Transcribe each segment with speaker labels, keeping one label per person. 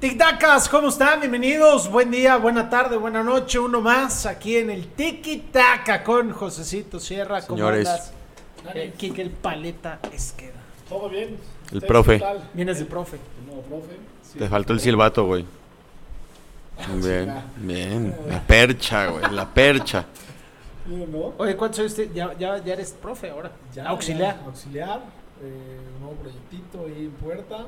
Speaker 1: Tic-tacas, ¿cómo están? Bienvenidos. Buen día, buena tarde, buena noche. Uno más aquí en el Tiki-Taca con Josecito Sierra. ¿Cómo
Speaker 2: Señores.
Speaker 1: andas? Eh, Kike, el paleta Esqueda.
Speaker 3: Todo bien.
Speaker 2: El
Speaker 3: ¿Ustedes
Speaker 2: profe.
Speaker 3: qué tal?
Speaker 1: Vienes de profe.
Speaker 3: El nuevo profe. Sí.
Speaker 2: Te faltó el silbato, güey.
Speaker 1: Ah,
Speaker 2: Bien, bien. La percha, güey. La percha.
Speaker 3: Sí, ¿no?
Speaker 1: Oye, ¿cuántos años tienes? Ya, ya, ya eres profe ahora.
Speaker 3: Ya,
Speaker 1: Auxiliar.
Speaker 3: ya, auxiliar. eh, un nuevo proyectito ahí en puerta.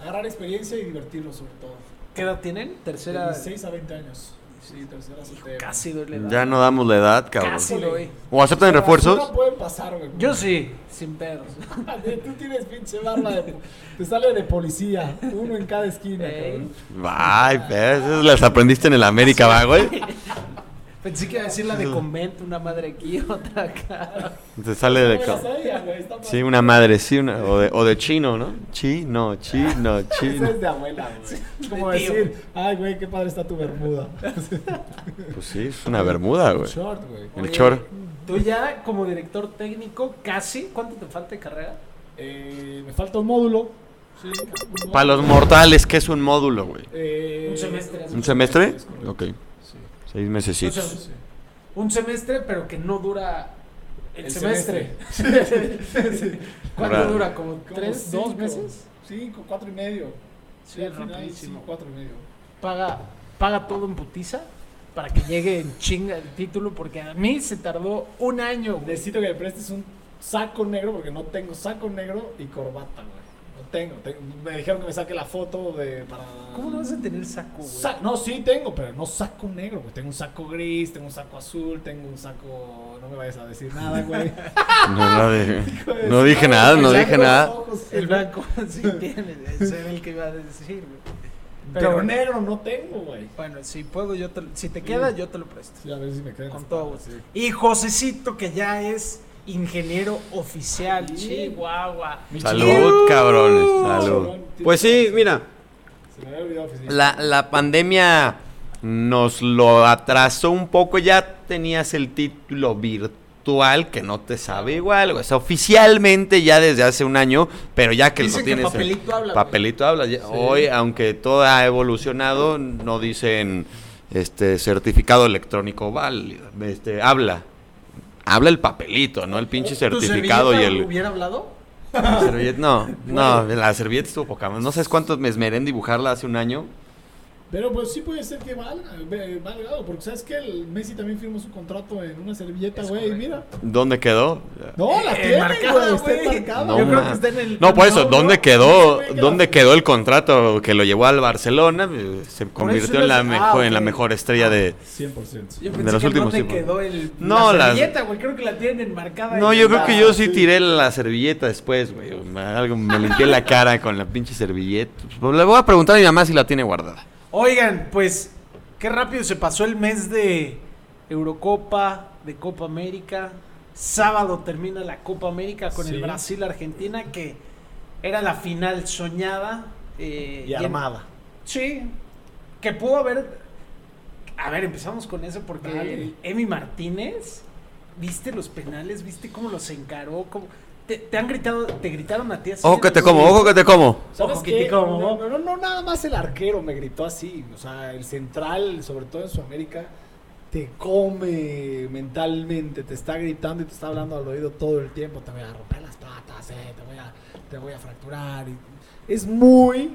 Speaker 3: Agarrar experiencia y divertirnos sobre todo.
Speaker 1: ¿Qué edad tienen?
Speaker 3: De
Speaker 1: Tercera.
Speaker 3: 16 a 20 años. Sí, tercera CTM.
Speaker 1: Casi doy la edad.
Speaker 2: Ya no damos la edad, cabrón.
Speaker 1: Casi. doy.
Speaker 2: ¿O aceptan
Speaker 3: Pero
Speaker 2: refuerzos?
Speaker 3: basura pueden pasar, güey.
Speaker 1: Yo sí, sin pedos.
Speaker 3: Tú tienes pinche barba de... Te sale de policía. Uno en cada esquina,
Speaker 1: Ey.
Speaker 3: cabrón.
Speaker 2: Ay, pues, esas las aprendiste en el América, va, güey.
Speaker 1: Pensé que iba a decir la de convento, una madre aquí, otra acá.
Speaker 2: Te sale de...
Speaker 3: No me la
Speaker 2: ca-
Speaker 3: sabía, güey, está
Speaker 2: Sí,
Speaker 3: mal.
Speaker 2: una madre, sí, una... O de, o de chino, ¿no? Chino, chino,
Speaker 3: Eso
Speaker 2: chino.
Speaker 3: es de abuela, güey. Como
Speaker 1: de tío.
Speaker 3: decir, ay, güey, qué padre está tu bermuda.
Speaker 2: Pues sí, es una bermuda, güey.
Speaker 3: Short, güey.
Speaker 2: El
Speaker 1: Oye,
Speaker 2: chor.
Speaker 1: Tú ya como director técnico, casi. ¿Cuánto te falta de carrera?
Speaker 3: Eh, me falta un módulo. Sí, un módulo.
Speaker 2: Para los mortales, ¿qué es un módulo, güey?
Speaker 3: Eh,
Speaker 1: Un semestre.
Speaker 2: ¿Un semestre?
Speaker 3: Es correcto.
Speaker 2: Ok.
Speaker 3: Sí,
Speaker 2: Seis
Speaker 1: O sea,
Speaker 2: mesecitos.
Speaker 3: sí.
Speaker 1: Un semestre, pero que no dura el,
Speaker 3: El
Speaker 1: semestre. ¿Cuánto
Speaker 2: Ahora-
Speaker 1: dura? ¿Como
Speaker 3: Como
Speaker 1: tres,
Speaker 3: cinco,
Speaker 1: dos meses?
Speaker 3: Cinco, cuatro y medio.
Speaker 1: Sí,
Speaker 3: al final,
Speaker 1: rapidísimo.
Speaker 3: sí, cuatro y medio.
Speaker 1: Paga, paga todo en putiza para que llegue en chinga el título, porque a mí se tardó un año. güey.
Speaker 3: Necesito que me prestes un saco negro porque no tengo saco negro y corbata, güey. No tengo. tengo- me dijeron que me saque la foto de para.
Speaker 1: ¿Cómo no vas a tener saco, güey?
Speaker 3: Sa- no, sí tengo, pero no saco negro, güey. Tengo un saco gris, tengo un saco azul, tengo un saco. No me vayas a decir nada, güey.
Speaker 2: No, no dije- no dije nada, no dije nada.
Speaker 1: El blanco sí tiene, ese era el que iba a decir, güey.
Speaker 3: Pero,
Speaker 1: Pero-
Speaker 3: negro no tengo, güey.
Speaker 1: Bueno, si puedo, yo te lo- si te queda, yo te lo presto.
Speaker 3: Sí, a ver si me quedan.
Speaker 1: Con
Speaker 3: las
Speaker 1: todo
Speaker 3: patas,
Speaker 1: gusto.
Speaker 3: sí.
Speaker 1: Y Josecito, que ya es ingeniero oficial, Uh.
Speaker 3: Sí.
Speaker 1: Chihuahua.
Speaker 3: Mi
Speaker 2: Salud, cabrones, salud. Pues sí, mira,
Speaker 3: Se me había olvidado oficina.
Speaker 2: la, la pandemia nos lo atrasó un poco. Ya tenías el título virtual que no te sabe igual. güey. O sea, oficialmente ya desde hace un año, pero ya que
Speaker 1: Dicen
Speaker 2: lo
Speaker 1: que
Speaker 2: tienes. en-
Speaker 1: papelito habla, güey.
Speaker 2: Papelito habla. Ya- Hoy, aunque todo ha evolucionado, no dicen este certificado electrónico válido. Este, habla. Habla el papelito, no el pinche
Speaker 1: ¿Tu
Speaker 2: certificado y
Speaker 1: servilleta
Speaker 2: el.
Speaker 1: ¿Hubiera hablado?
Speaker 2: La servilleta, no, no, la servilleta estuvo poca más. No sabes cuántos me esmeré en dibujarla hace un año.
Speaker 3: Pero pues sí puede ser que valga, ve- valga algo, porque sabes que el Messi también firmó su contrato en una servilleta,
Speaker 1: Es
Speaker 3: güey, y
Speaker 1: correcto.
Speaker 3: mira.
Speaker 2: ¿Dónde quedó?
Speaker 3: No, la
Speaker 1: Eh,
Speaker 3: tiene,
Speaker 1: marcada,
Speaker 3: güey, está
Speaker 1: güey.
Speaker 3: marcada.
Speaker 1: No,
Speaker 3: Yo creo
Speaker 1: ma.
Speaker 3: que-
Speaker 1: está en el-
Speaker 2: No, por eso,
Speaker 3: no,
Speaker 2: ¿dónde
Speaker 3: no,
Speaker 2: quedó?
Speaker 3: sí, güey, que
Speaker 2: ¿Dónde
Speaker 3: la-
Speaker 2: quedó el contrato que lo llevó al Barcelona? Eh, Se
Speaker 1: eso
Speaker 2: convirtió en la
Speaker 1: las-
Speaker 2: mejor,
Speaker 1: ah,
Speaker 2: en la
Speaker 1: ok.
Speaker 2: mejor estrella de.
Speaker 3: 100%.
Speaker 1: Yo
Speaker 2: De
Speaker 1: pensé
Speaker 2: los
Speaker 1: que
Speaker 2: últimos
Speaker 1: no te
Speaker 2: tiempos.
Speaker 1: quedó el,
Speaker 2: No,
Speaker 1: la
Speaker 2: las-
Speaker 1: servilleta, güey. Creo que la tienen enmarcada.
Speaker 2: No,
Speaker 1: y
Speaker 2: yo creo
Speaker 1: la-
Speaker 2: que yo sí tiré la servilleta después, güey. Me- Algo me limpié la cara con la pinche servilleta. Pues, Le voy a preguntar a mi mamá si la tiene guardada.
Speaker 1: Oigan, pues, qué rápido se pasó el mes de Eurocopa, de Copa América. Sábado termina la Copa América con
Speaker 3: Sí.
Speaker 1: el Brasil-Argentina, que era la final soñada. eh,
Speaker 3: Y
Speaker 1: en-
Speaker 3: armada.
Speaker 1: Sí, que pudo haber... A ver, empezamos con eso porque
Speaker 3: Dale.
Speaker 1: Emi Martínez, ¿viste los penales? ¿Viste cómo los encaró? ¿Cómo- Te, te han gritado, te gritaron a ti así.
Speaker 2: Ojo que te como, ojo que te como.
Speaker 3: ¿Sabes
Speaker 1: Ojo que
Speaker 3: qué?
Speaker 1: te como.
Speaker 3: No, no, no, nada más el arquero me gritó así. O sea, el central, sobre todo en Sudamérica, te come mentalmente, te está gritando y te está hablando al oído todo el tiempo. Te voy a romper las patas, eh, te, voy a, te voy a fracturar. y- Es muy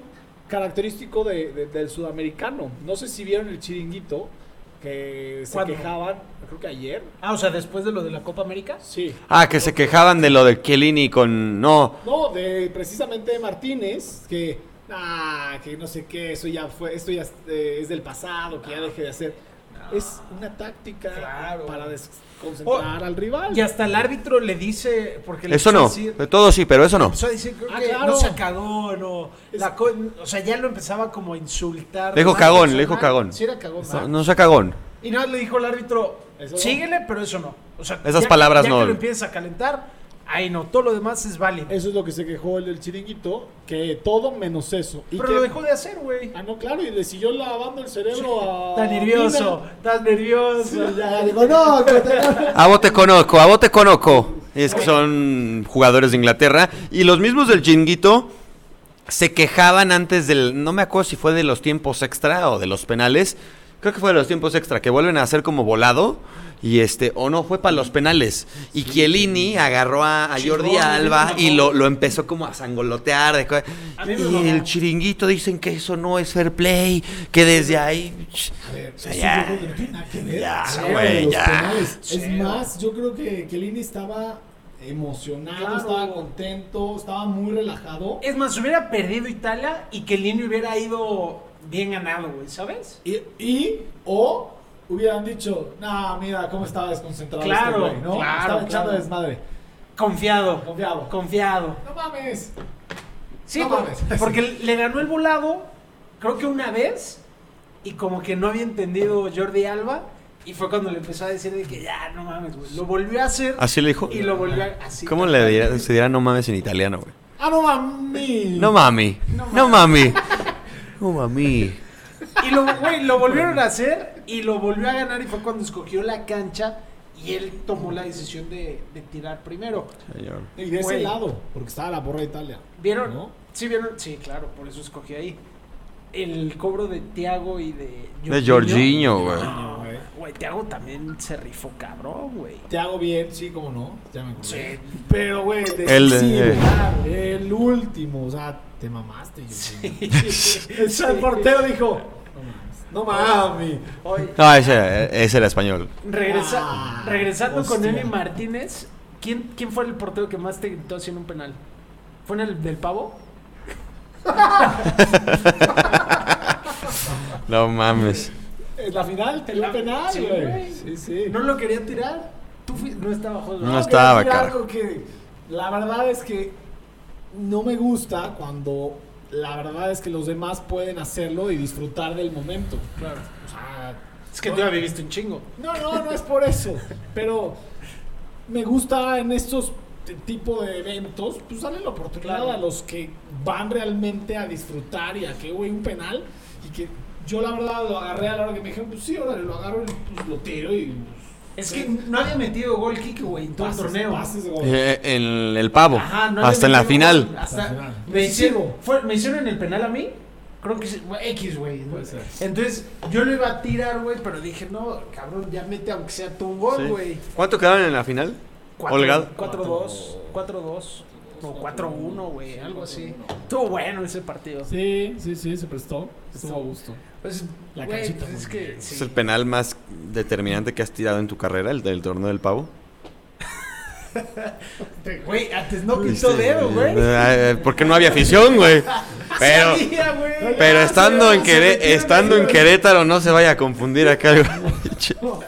Speaker 3: característico de- de- del sudamericano. No sé si vieron el chiringuito que se
Speaker 1: ¿Cuándo?
Speaker 3: quejaban, creo que ayer.
Speaker 1: Ah, o sea, después de lo de la Copa América.
Speaker 3: Sí.
Speaker 2: Ah, que se quejaban de lo de Chiellini con. No,
Speaker 3: No, de precisamente de Martínez, que ah, que no sé qué, eso ya fue, esto ya eh, es del pasado, que ya deje de hacer. Es una táctica
Speaker 1: Ah. Claro. Oh,
Speaker 3: para desconcentrar al rival.
Speaker 1: Y hasta el árbitro le dice, porque le empezó
Speaker 2: eso
Speaker 1: a
Speaker 2: no.
Speaker 1: decir-
Speaker 2: De todo sí, pero eso no.
Speaker 1: empezó a decir creo
Speaker 3: Ah,
Speaker 1: que
Speaker 3: claro.
Speaker 1: no se cagó, no.
Speaker 3: Es-
Speaker 1: la co- o sea, ya lo empezaba como a insultar.
Speaker 2: Le dijo
Speaker 1: más
Speaker 2: cagón,
Speaker 1: personal.
Speaker 2: le dijo cagón.
Speaker 1: Sí era cagón,
Speaker 2: No,
Speaker 1: ¿verdad?
Speaker 2: no sea cagón.
Speaker 1: Y nada, más le dijo el árbitro,
Speaker 3: Eso no.
Speaker 1: síguele, pero eso no. O sea,
Speaker 2: Esas
Speaker 1: ya-
Speaker 2: palabras
Speaker 1: ya
Speaker 2: no.
Speaker 1: que lo empiezas a calentar, ahí no, todo lo demás es válido.
Speaker 3: Eso es lo que se quejó el del chiringuito, que todo menos eso. Y
Speaker 1: pero
Speaker 3: que-
Speaker 1: lo dejó de hacer, güey.
Speaker 3: Ah, no, claro, y le siguió lavando el cerebro a.
Speaker 1: Tan nervioso, tan nervioso.
Speaker 3: Mina. Ya digo, no, que te-
Speaker 2: A vos te conozco, a vos te conozco. Y es que son jugadores de Inglaterra. Y los mismos del chinguito se quejaban antes del. No me acuerdo si fue de los tiempos extra o de los penales. Creo que fue de los tiempos extra, que vuelven a hacer como volado. Y este, o no, fue para los penales. Y Chiellini agarró a, a Jordi
Speaker 1: Chingón,
Speaker 2: Alba
Speaker 1: me
Speaker 2: y
Speaker 1: mamó.
Speaker 2: lo, lo empezó como a zangolotear. de co-
Speaker 1: A mí me
Speaker 2: y
Speaker 1: mamó.
Speaker 2: el chiringuito dicen que eso no es fair play, que desde ahí.
Speaker 3: A ver, eso
Speaker 2: ya.
Speaker 3: yo creo que no tiene nada que ver.
Speaker 2: Ya,
Speaker 3: Cero,
Speaker 2: güey,
Speaker 3: los
Speaker 2: ya.
Speaker 3: penales. Es
Speaker 1: Cero.
Speaker 3: más, yo creo que Kelini estaba emocionado,
Speaker 1: Claro.
Speaker 3: estaba contento, estaba muy relajado.
Speaker 1: Es más, hubiera perdido Italia y que el Lini hubiera ido bien ganado, güey, ¿sabes?
Speaker 3: Y, y- o hubieran dicho, nah, mira cómo estaba desconcentrado
Speaker 1: Claro,
Speaker 3: este güey, ¿no?
Speaker 1: claro,
Speaker 3: estaba echando
Speaker 1: claro.
Speaker 3: desmadre.
Speaker 1: Confiado.
Speaker 3: Confiado.
Speaker 1: Confiado.
Speaker 3: No mames.
Speaker 1: Sí,
Speaker 3: No
Speaker 1: por-
Speaker 3: mames.
Speaker 1: porque le ganó el volado, creo que una vez, y como que no había entendido Jordi Alba, y fue cuando le empezó a decir de que ya, no mames, güey. Lo volvió a hacer
Speaker 2: Así le dijo. Ah,
Speaker 1: y lo volvió a así.
Speaker 2: ¿Cómo le dirá, se dirá no mames en italiano, güey?
Speaker 3: Ah, no mames.
Speaker 2: No mami.
Speaker 3: No
Speaker 2: No mami. No mami.
Speaker 1: Y lo, güey, lo volvieron a hacer y lo volvió a ganar, y fue cuando escogió la cancha y él tomó la decisión de, de tirar primero.
Speaker 2: Señor.
Speaker 3: Y de ese
Speaker 1: Güey.
Speaker 3: lado, porque estaba la porra de Italia.
Speaker 1: ¿Vieron?
Speaker 3: ¿No?
Speaker 1: Sí, vieron. Sí, claro, por eso escogí ahí. El cobro de Tiago y de
Speaker 2: De Jorginho, güey.
Speaker 1: No, güey. Güey, Tiago también se rifó cabrón, güey.
Speaker 3: Te hago bien, sí, cómo no. Ya me acordé.
Speaker 1: Sí.
Speaker 3: Pero, güey, el
Speaker 2: El-
Speaker 3: decisivo,
Speaker 2: eh.
Speaker 3: claro, el último, o sea, te mamaste. Yo creo. El el portero dijo, no mames. No mames.
Speaker 1: Oye,
Speaker 2: No, ese, ese era español.
Speaker 1: regresa-
Speaker 3: Ah,
Speaker 1: regresando con
Speaker 3: hostia.
Speaker 1: Emi Martínez, ¿quién, ¿quién fue el portero que más te gritó haciendo un penal? ¿Fue en el del pavo?
Speaker 2: No mames.
Speaker 3: En la final te dio
Speaker 1: La-
Speaker 3: penal,
Speaker 1: sí,
Speaker 3: güey.
Speaker 1: güey.
Speaker 3: Sí, sí.
Speaker 1: No lo quería tirar. Tú fui- no estaba jodido.
Speaker 2: No
Speaker 3: No,
Speaker 2: estaba,
Speaker 3: quiero decir
Speaker 2: carajo.
Speaker 3: algo que la verdad es que no me gusta cuando la verdad es que los demás pueden hacerlo y disfrutar del momento. Claro. O sea,
Speaker 1: Es que tú ya viviste un chingo.
Speaker 3: no, no, no es por eso. Pero me gusta en estos t- tipo de eventos, pues darle la oportunidad
Speaker 1: Claro.
Speaker 3: a los que van realmente a disfrutar y a que, güey, un penal. Y que yo la verdad lo agarré a la hora que me dijeron, pues sí, órale, lo agarro y pues lo tiro y... pues,
Speaker 1: Es que no había metido gol Kike, güey, en todo
Speaker 3: pases,
Speaker 1: el torneo.
Speaker 3: pases, güey.
Speaker 2: Eh, en el pavo.
Speaker 1: Ajá, no le
Speaker 2: hasta en la
Speaker 1: metieron gol.
Speaker 2: final.
Speaker 1: Hasta-
Speaker 3: Hasta final.
Speaker 1: me, hicieron,
Speaker 3: Decisivo.
Speaker 1: fue- me hicieron en el penal a mí. Creo que es- güey, X, güey. ¿no?
Speaker 3: Puede ser.
Speaker 1: Entonces, yo lo iba a tirar, güey, pero dije, no, cabrón, ya mete aunque sea tu gol, güey.
Speaker 2: Sí. ¿Cuánto quedaron en la final?
Speaker 1: Cuatro-
Speaker 2: Holgado.
Speaker 1: 4-2, 4-2, o 4-1, güey, algo así. Estuvo bueno ese partido.
Speaker 3: Sí, sí, sí, se prestó. Estuvo a gusto.
Speaker 1: Pues,
Speaker 3: La
Speaker 1: güey,
Speaker 3: canchita
Speaker 1: pues
Speaker 3: fue
Speaker 1: es
Speaker 3: muy
Speaker 1: que
Speaker 3: bien.
Speaker 1: sí.
Speaker 2: ¿Es el penal más determinante que has tirado en tu carrera, el del torneo del pavo?
Speaker 1: Güey, antes no pintó
Speaker 2: Este,
Speaker 1: dedo, güey.
Speaker 2: eh, eh, Porque no había afición, güey. Pero,
Speaker 1: Sabía, güey.
Speaker 2: pero estando, en,
Speaker 1: Se
Speaker 2: Quere-
Speaker 1: metieron
Speaker 2: estando
Speaker 1: ahí,
Speaker 2: en
Speaker 1: güey.
Speaker 2: Querétaro no se vaya a confundir acá. güey.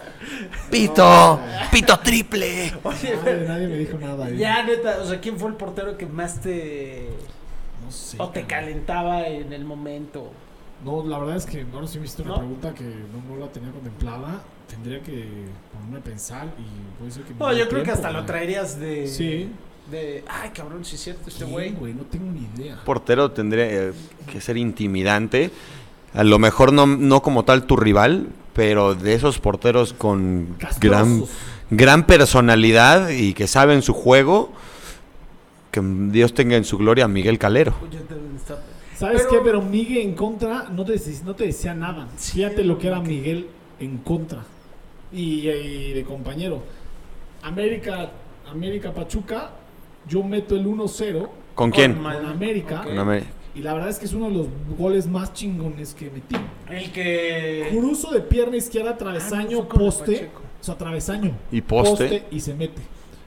Speaker 2: Pito, pito triple.
Speaker 1: Oye,
Speaker 3: Nadie, nadie me dijo Ah, nada. ahí.
Speaker 1: Ya, neta, o sea, ¿quién fue el portero que más te...
Speaker 3: No sé.
Speaker 1: o te
Speaker 3: cabrón.
Speaker 1: calentaba en el momento?
Speaker 3: No, la verdad es que ahora sí me hiciste una
Speaker 1: ¿No?
Speaker 3: pregunta que no, no la tenía contemplada. Tendría que ponerme a pensar y puede ser que. me
Speaker 1: No,
Speaker 3: dé
Speaker 1: yo creo que
Speaker 3: tiempo,
Speaker 1: hasta lo
Speaker 3: güey.
Speaker 1: traerías de...
Speaker 3: Sí.
Speaker 1: De... Ay, cabrón, si es cierto este
Speaker 3: ¿Quién,
Speaker 1: güey.
Speaker 3: güey, no tengo ni idea.
Speaker 2: portero tendría eh, que ser intimidante. A lo mejor no, no como tal tu rival, pero de esos porteros con gran,
Speaker 3: Castrosos.
Speaker 2: gran personalidad y que saben su juego, que Dios tenga en su gloria a Miguel Calero.
Speaker 1: Uy, yo también estaba-
Speaker 3: ¿Sabes
Speaker 1: Pero-
Speaker 3: qué? Pero Miguel en contra no te, decí- no te decía nada.
Speaker 1: Sí,
Speaker 3: Fíjate lo que era
Speaker 1: porque-
Speaker 3: Miguel en contra. Y, y de compañero. América, América Pachuca, yo meto el 1-0
Speaker 2: ¿Con quién?
Speaker 1: Ma-
Speaker 3: con América.
Speaker 1: Ok.
Speaker 2: Con Amé-
Speaker 3: Y la verdad es que es uno de los goles más chingones que metí.
Speaker 1: El que...
Speaker 3: Cruzo de pierna izquierda,
Speaker 1: Ah,
Speaker 3: travesaño,
Speaker 1: no, fue con el
Speaker 3: poste.
Speaker 1: Pacheco.
Speaker 3: O sea, travesaño.
Speaker 2: Y poste.
Speaker 3: y se mete.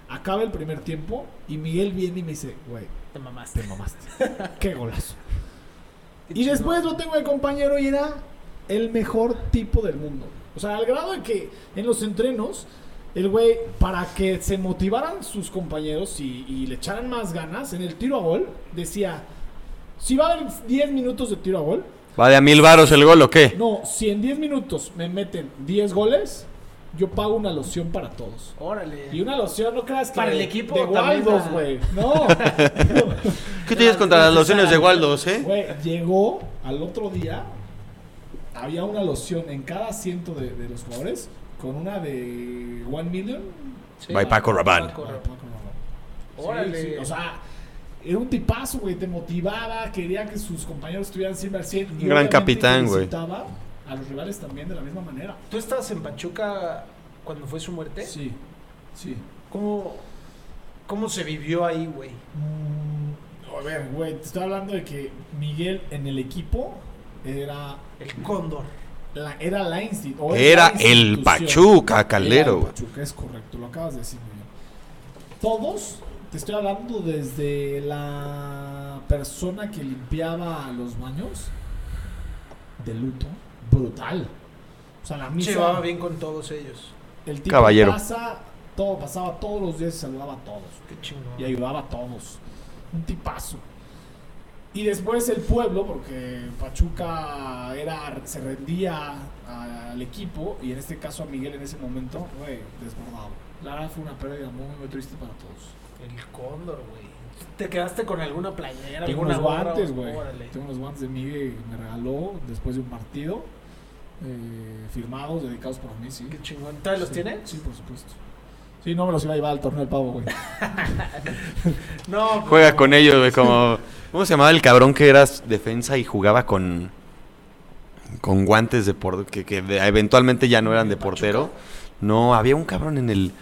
Speaker 3: Acaba el primer tiempo y Miguel viene y me dice, güey,
Speaker 1: Te mamaste.
Speaker 3: te mamaste. Qué golazo.
Speaker 1: Qué
Speaker 3: Y
Speaker 1: chingón.
Speaker 3: después lo tengo de compañero y era el mejor tipo del mundo. O sea, al grado de que en los entrenos, el güey, para que se motivaran sus compañeros y, y le echaran más ganas, en el tiro a gol, decía, si va a haber 10 minutos de tiro a gol,
Speaker 2: ¿Va de a mil varos el gol o qué?
Speaker 3: no, si en 10 minutos me meten 10 goles, yo pago una loción para todos.
Speaker 1: Órale.
Speaker 3: Y una loción, no creas que...
Speaker 1: Para el equipo
Speaker 3: De
Speaker 1: también,
Speaker 3: Waldos,
Speaker 1: ah.
Speaker 3: güey. No.
Speaker 2: ¿Qué tienes contra las lociones de Waldos, eh?
Speaker 3: Güey, llegó al otro día, había una loción en cada asiento de, de los jugadores con una de One Million.
Speaker 1: Sí.
Speaker 2: By Paco Rabanne.
Speaker 1: Paco
Speaker 3: Corre,
Speaker 1: Rabanne.
Speaker 3: Paco, no, no. Sí,
Speaker 1: Órale.
Speaker 3: sí, O sea, Era un tipazo, güey. Te motivaba, quería que sus compañeros estuvieran siempre al 100. y
Speaker 2: gran
Speaker 3: obviamente
Speaker 2: capitán, güey.
Speaker 3: felicitaba A los rivales también de la misma manera.
Speaker 1: ¿Tú estabas en Pachuca cuando fue su muerte?
Speaker 3: Sí, sí.
Speaker 1: ¿Cómo, cómo se vivió ahí, güey?
Speaker 3: Mm, a ver, güey, te estoy hablando de que Miguel en el equipo era
Speaker 1: El cóndor.
Speaker 3: la, era la insti- o es
Speaker 2: Era
Speaker 3: la
Speaker 2: el
Speaker 3: institución.
Speaker 2: Pachuca,
Speaker 3: Era
Speaker 2: Calero,
Speaker 3: el
Speaker 2: güey.
Speaker 3: Pachuca, es correcto, lo acabas de decir muy bien. Todos, te estoy hablando desde la persona que limpiaba los baños de luto, brutal. O sea, la misa.
Speaker 1: Llevaba bien con todos ellos.
Speaker 3: El tipo
Speaker 2: Caballero.
Speaker 3: pasa, todo pasaba todos los días y saludaba a todos
Speaker 1: Qué chingón.
Speaker 3: y ayudaba a todos. Un tipazo. Y después el pueblo, porque Pachuca era, se rendía al equipo, y en este caso a Miguel en ese momento, güey, desbordado. La verdad fue una pérdida muy, muy triste para todos.
Speaker 1: El cóndor, güey. ¿Te quedaste con alguna playera?
Speaker 3: Tengo
Speaker 1: alguna
Speaker 3: unos
Speaker 1: gorra?
Speaker 3: guantes, güey.
Speaker 1: Órale.
Speaker 3: Tengo unos guantes de Miguel que me regaló después de un partido, eh, firmados, dedicados por mí, sí.
Speaker 1: Qué chingón. ¿Todavía los
Speaker 3: Sí,
Speaker 1: tienes?
Speaker 3: Sí, por supuesto. Sí, no me los iba a llevar al torneo del pavo, güey.
Speaker 1: No. pues,
Speaker 2: Juega con ellos, güey, como... ¿Cómo se llamaba el cabrón que era defensa y jugaba con... Con guantes de por... que, que de- eventualmente ya no eran de portero? No, había un cabrón en el...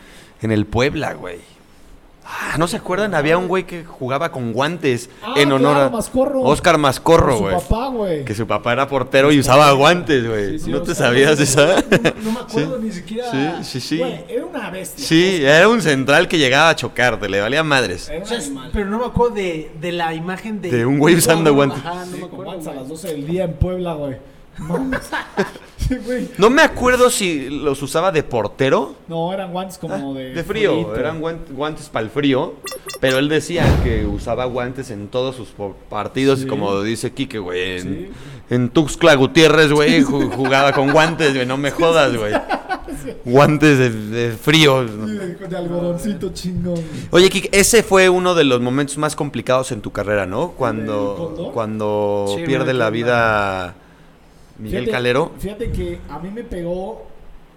Speaker 2: En el Puebla, güey. Ah, ¿no se acuerdan? Había un güey que jugaba con guantes
Speaker 3: Ah,
Speaker 2: en honor
Speaker 3: claro,
Speaker 2: a...
Speaker 3: Mascorro.
Speaker 2: Oscar Mascorro,
Speaker 3: Su
Speaker 2: güey.
Speaker 3: papá, güey.
Speaker 2: Que su papá era portero y usaba guantes, güey.
Speaker 3: Pues, Sí, sí,
Speaker 2: ¿No te
Speaker 3: Oscar.
Speaker 2: sabías esa?
Speaker 1: No, no me acuerdo ni siquiera.
Speaker 2: Sí, sí, sí.
Speaker 3: Güey, era una bestia.
Speaker 2: Sí, era un central que llegaba a chocarte, le valía madres.
Speaker 3: Era
Speaker 1: O
Speaker 3: un
Speaker 1: sea,
Speaker 3: animal.
Speaker 1: pero no me acuerdo de, de la imagen de.
Speaker 2: De un güey usando guantes.
Speaker 1: Ajá, no
Speaker 3: Sí,
Speaker 1: me
Speaker 3: con
Speaker 1: acuerdo.
Speaker 3: guantes a
Speaker 1: güey.
Speaker 3: las 12 del día en Puebla, güey. Mames. Sí, güey.
Speaker 2: No me acuerdo si los usaba de portero.
Speaker 3: No, eran guantes como de.
Speaker 2: De frío,
Speaker 3: frito.
Speaker 2: eran guan- guantes para el frío, pero él decía que usaba guantes en todos sus po- partidos,
Speaker 3: Sí.
Speaker 2: como dice Quique, güey. En,
Speaker 3: Sí.
Speaker 2: en Tuxtla Gutiérrez, güey, ju- jugaba con guantes, güey, no me jodas, güey. Guantes de, de frío.
Speaker 3: Sí, de, de algodoncito chingón.
Speaker 2: Oye, Kik, ese fue uno de los momentos más complicados en tu carrera, ¿no?
Speaker 3: ¿El
Speaker 2: Cuando,
Speaker 3: cóndor?
Speaker 2: cuando
Speaker 1: Sí,
Speaker 2: pierde
Speaker 1: güey,
Speaker 2: la
Speaker 1: claro.
Speaker 2: vida Miguel
Speaker 3: Fíjate-
Speaker 2: Calero.
Speaker 3: Fíjate que a mí me pegó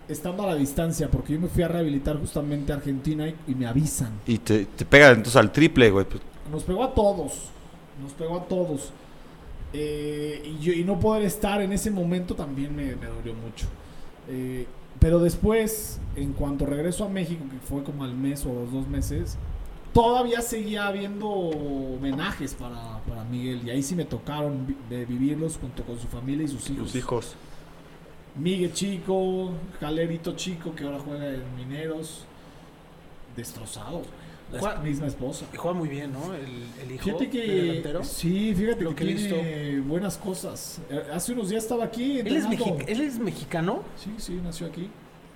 Speaker 3: estando a la distancia, porque yo me fui a rehabilitar justamente a Argentina y, y me avisan.
Speaker 2: Y te, te pega entonces al triple, güey. pues,
Speaker 3: Nos pegó a todos. Nos pegó a todos. Eh, y, yo- y no poder estar en ese momento también me, me dolió mucho. Eh, pero después, en cuanto regreso a México, que fue como al mes o los dos meses, todavía seguía habiendo homenajes para, para Miguel. Y ahí sí me tocaron vi- de vivirlos junto con su familia y sus hijos.
Speaker 2: Sus hijos.
Speaker 3: Miguel Chico, Calerito Chico, que ahora juega en Mineros. Destrozados. La
Speaker 1: ¿Cuál-
Speaker 3: misma esposa.
Speaker 1: Y Juega muy bien, ¿no? El, el hijo.
Speaker 3: Fíjate
Speaker 1: de
Speaker 3: que
Speaker 1: delantero.
Speaker 3: sí, fíjate
Speaker 1: Lo
Speaker 3: que,
Speaker 1: que he
Speaker 3: tiene buenas cosas. Eh, Hace unos días estaba aquí
Speaker 1: Él es,
Speaker 3: entrenando.
Speaker 1: mexi- él es mexicano.
Speaker 3: Sí, sí, nació aquí.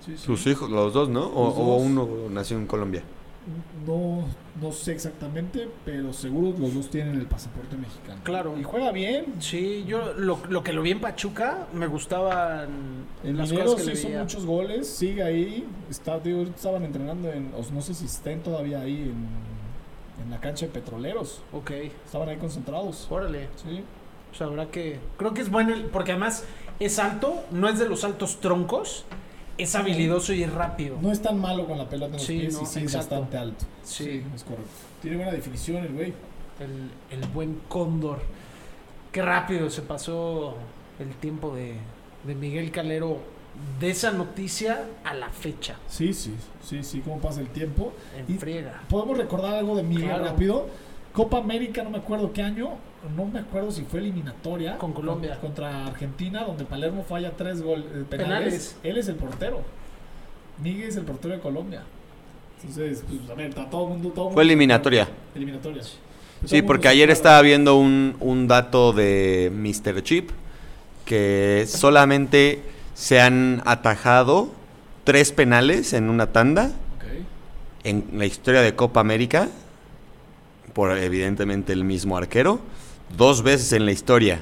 Speaker 3: Sí, sí.
Speaker 2: Sus hijos, los dos, ¿no? O,
Speaker 3: Los
Speaker 2: o
Speaker 3: dos.
Speaker 2: uno nació en Colombia.
Speaker 3: No, no sé exactamente, pero seguro los dos tienen el pasaporte mexicano.
Speaker 1: Claro.
Speaker 3: Y juega bien.
Speaker 1: Sí, yo lo, lo que lo vi en Pachuca me gustaban
Speaker 3: En
Speaker 1: las
Speaker 3: Mineros
Speaker 1: cosas que le
Speaker 3: hizo
Speaker 1: veía.
Speaker 3: muchos goles, sigue ahí. Está, digo, estaban entrenando en, o no sé si estén todavía ahí en, en la cancha de Petroleros.
Speaker 1: Ok,
Speaker 3: Estaban ahí concentrados.
Speaker 1: órale.
Speaker 3: Sí.
Speaker 1: O sea, habrá que. Creo que es bueno, el- porque además es alto, no es de los altos troncos, es habilidoso y es rápido.
Speaker 3: No es tan malo con la pelota en los
Speaker 1: Sí,
Speaker 3: pies
Speaker 1: no,
Speaker 3: y sí es
Speaker 1: exacto.
Speaker 3: bastante alto.
Speaker 1: Sí.
Speaker 3: es correcto. Tiene buena definición el güey.
Speaker 1: El, el buen cóndor. Qué rápido se pasó el tiempo de, de Miguel Calero de esa noticia a la fecha.
Speaker 3: Sí, sí, sí, sí, cómo pasa el tiempo.
Speaker 1: En
Speaker 3: Y-
Speaker 1: friega.
Speaker 3: ¿Podemos recordar algo de Miguel
Speaker 1: Claro.
Speaker 3: rápido? Copa América, no me acuerdo qué año, no me acuerdo si fue eliminatoria.
Speaker 1: Con Colombia.
Speaker 3: Con- Contra Argentina, donde Palermo falla tres goles penales.
Speaker 1: Penales.
Speaker 3: Él es el portero. Miguel es el portero de Colombia. Entonces, pues, a ver, a todo el mundo... Todo mundo-
Speaker 2: Fue eliminatoria.
Speaker 3: Eliminatoria.
Speaker 2: Sí, porque ayer estaba viendo un, un dato de Mr. Chip que solamente se han atajado tres penales en una tanda
Speaker 3: Ok.
Speaker 2: en la historia de Copa América por evidentemente el mismo arquero dos veces en la historia.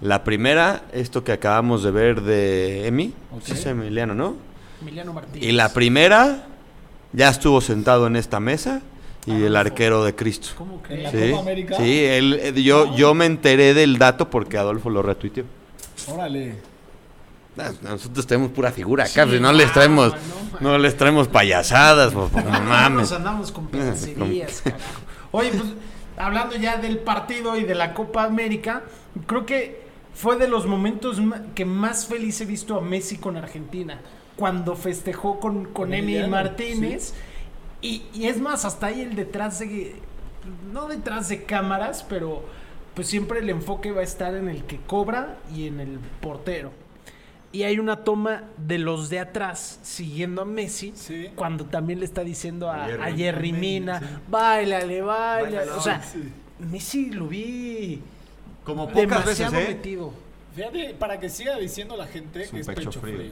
Speaker 2: La primera, esto que acabamos de ver de Emi,
Speaker 3: Ok.
Speaker 2: sí es Emiliano, ¿no?
Speaker 1: Emiliano Martínez.
Speaker 2: Y la primera ya estuvo sentado en esta mesa y el
Speaker 1: Ah,
Speaker 2: arquero de Cristo.
Speaker 1: ¿Cómo
Speaker 3: En
Speaker 1: crees?
Speaker 3: la
Speaker 2: Sí,
Speaker 3: Copa América?
Speaker 2: sí, él- eh, yo, yo me enteré del dato porque Adolfo lo retuiteó.
Speaker 3: Órale.
Speaker 2: Ah, Nosotros tenemos pura figura acá,
Speaker 1: Sí,
Speaker 2: pues, no les
Speaker 1: ah,
Speaker 2: traemos,
Speaker 1: no,
Speaker 2: no les traemos payasadas, pues, no
Speaker 1: No nos
Speaker 2: mames.
Speaker 1: andamos con pensacerías, carajo. Oye, pues hablando ya del partido y de la Copa América, creo que fue de los momentos ma- que más feliz he visto a Messi con Argentina, cuando festejó con, con Emi
Speaker 3: Emiliano,
Speaker 1: Martínez. Y, y es más, hasta ahí el detrás de, no detrás de cámaras, pero pues siempre el enfoque va a estar en el que cobra y en el portero. Y hay una toma de los de atrás siguiendo a Messi
Speaker 3: Sí.
Speaker 1: cuando también le está diciendo a, a Jerry,
Speaker 3: Jerry
Speaker 1: Mina,
Speaker 3: Mina, sí.
Speaker 1: bailale, bailale. O sea,
Speaker 3: Sí.
Speaker 1: Messi lo vi
Speaker 2: Como pocas
Speaker 1: demasiado
Speaker 2: veces, ¿eh?
Speaker 1: metido.
Speaker 3: Fíjate, para que siga diciendo la gente
Speaker 2: Es
Speaker 3: que
Speaker 2: un
Speaker 3: es
Speaker 2: pecho
Speaker 3: pecho,
Speaker 2: frío.
Speaker 3: frío.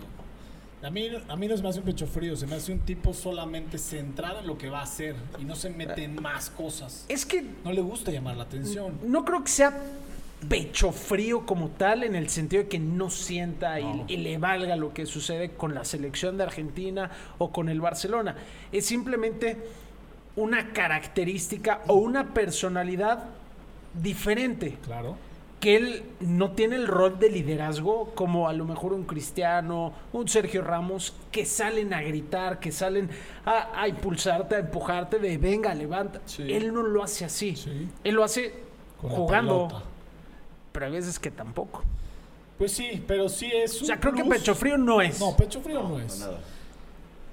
Speaker 3: A mí, a mí no se me hace un pecho frío, se me hace un tipo solamente centrado en lo que va a hacer y no se mete en más cosas.
Speaker 1: Es que
Speaker 3: No le gusta llamar la atención.
Speaker 1: no creo que sea pecho frío como tal, en el sentido de que no sienta y- y, le valga lo que sucede con la selección de Argentina o con el Barcelona. Es simplemente una característica o una personalidad diferente.
Speaker 3: Claro.
Speaker 1: que él no tiene el rol de liderazgo como a lo mejor un Cristiano, un Sergio Ramos, que salen a gritar, que salen a, a impulsarte, a empujarte de venga, levanta.
Speaker 3: Sí.
Speaker 1: Él no lo hace así.
Speaker 3: Sí.
Speaker 1: Él lo hace
Speaker 3: Con la
Speaker 1: jugando,
Speaker 3: pelota.
Speaker 1: pero a veces que tampoco.
Speaker 3: Pues sí, pero sí es un.
Speaker 1: O sea, creo que
Speaker 3: plus.
Speaker 1: pecho frío no es,
Speaker 3: No, pecho frío no, es.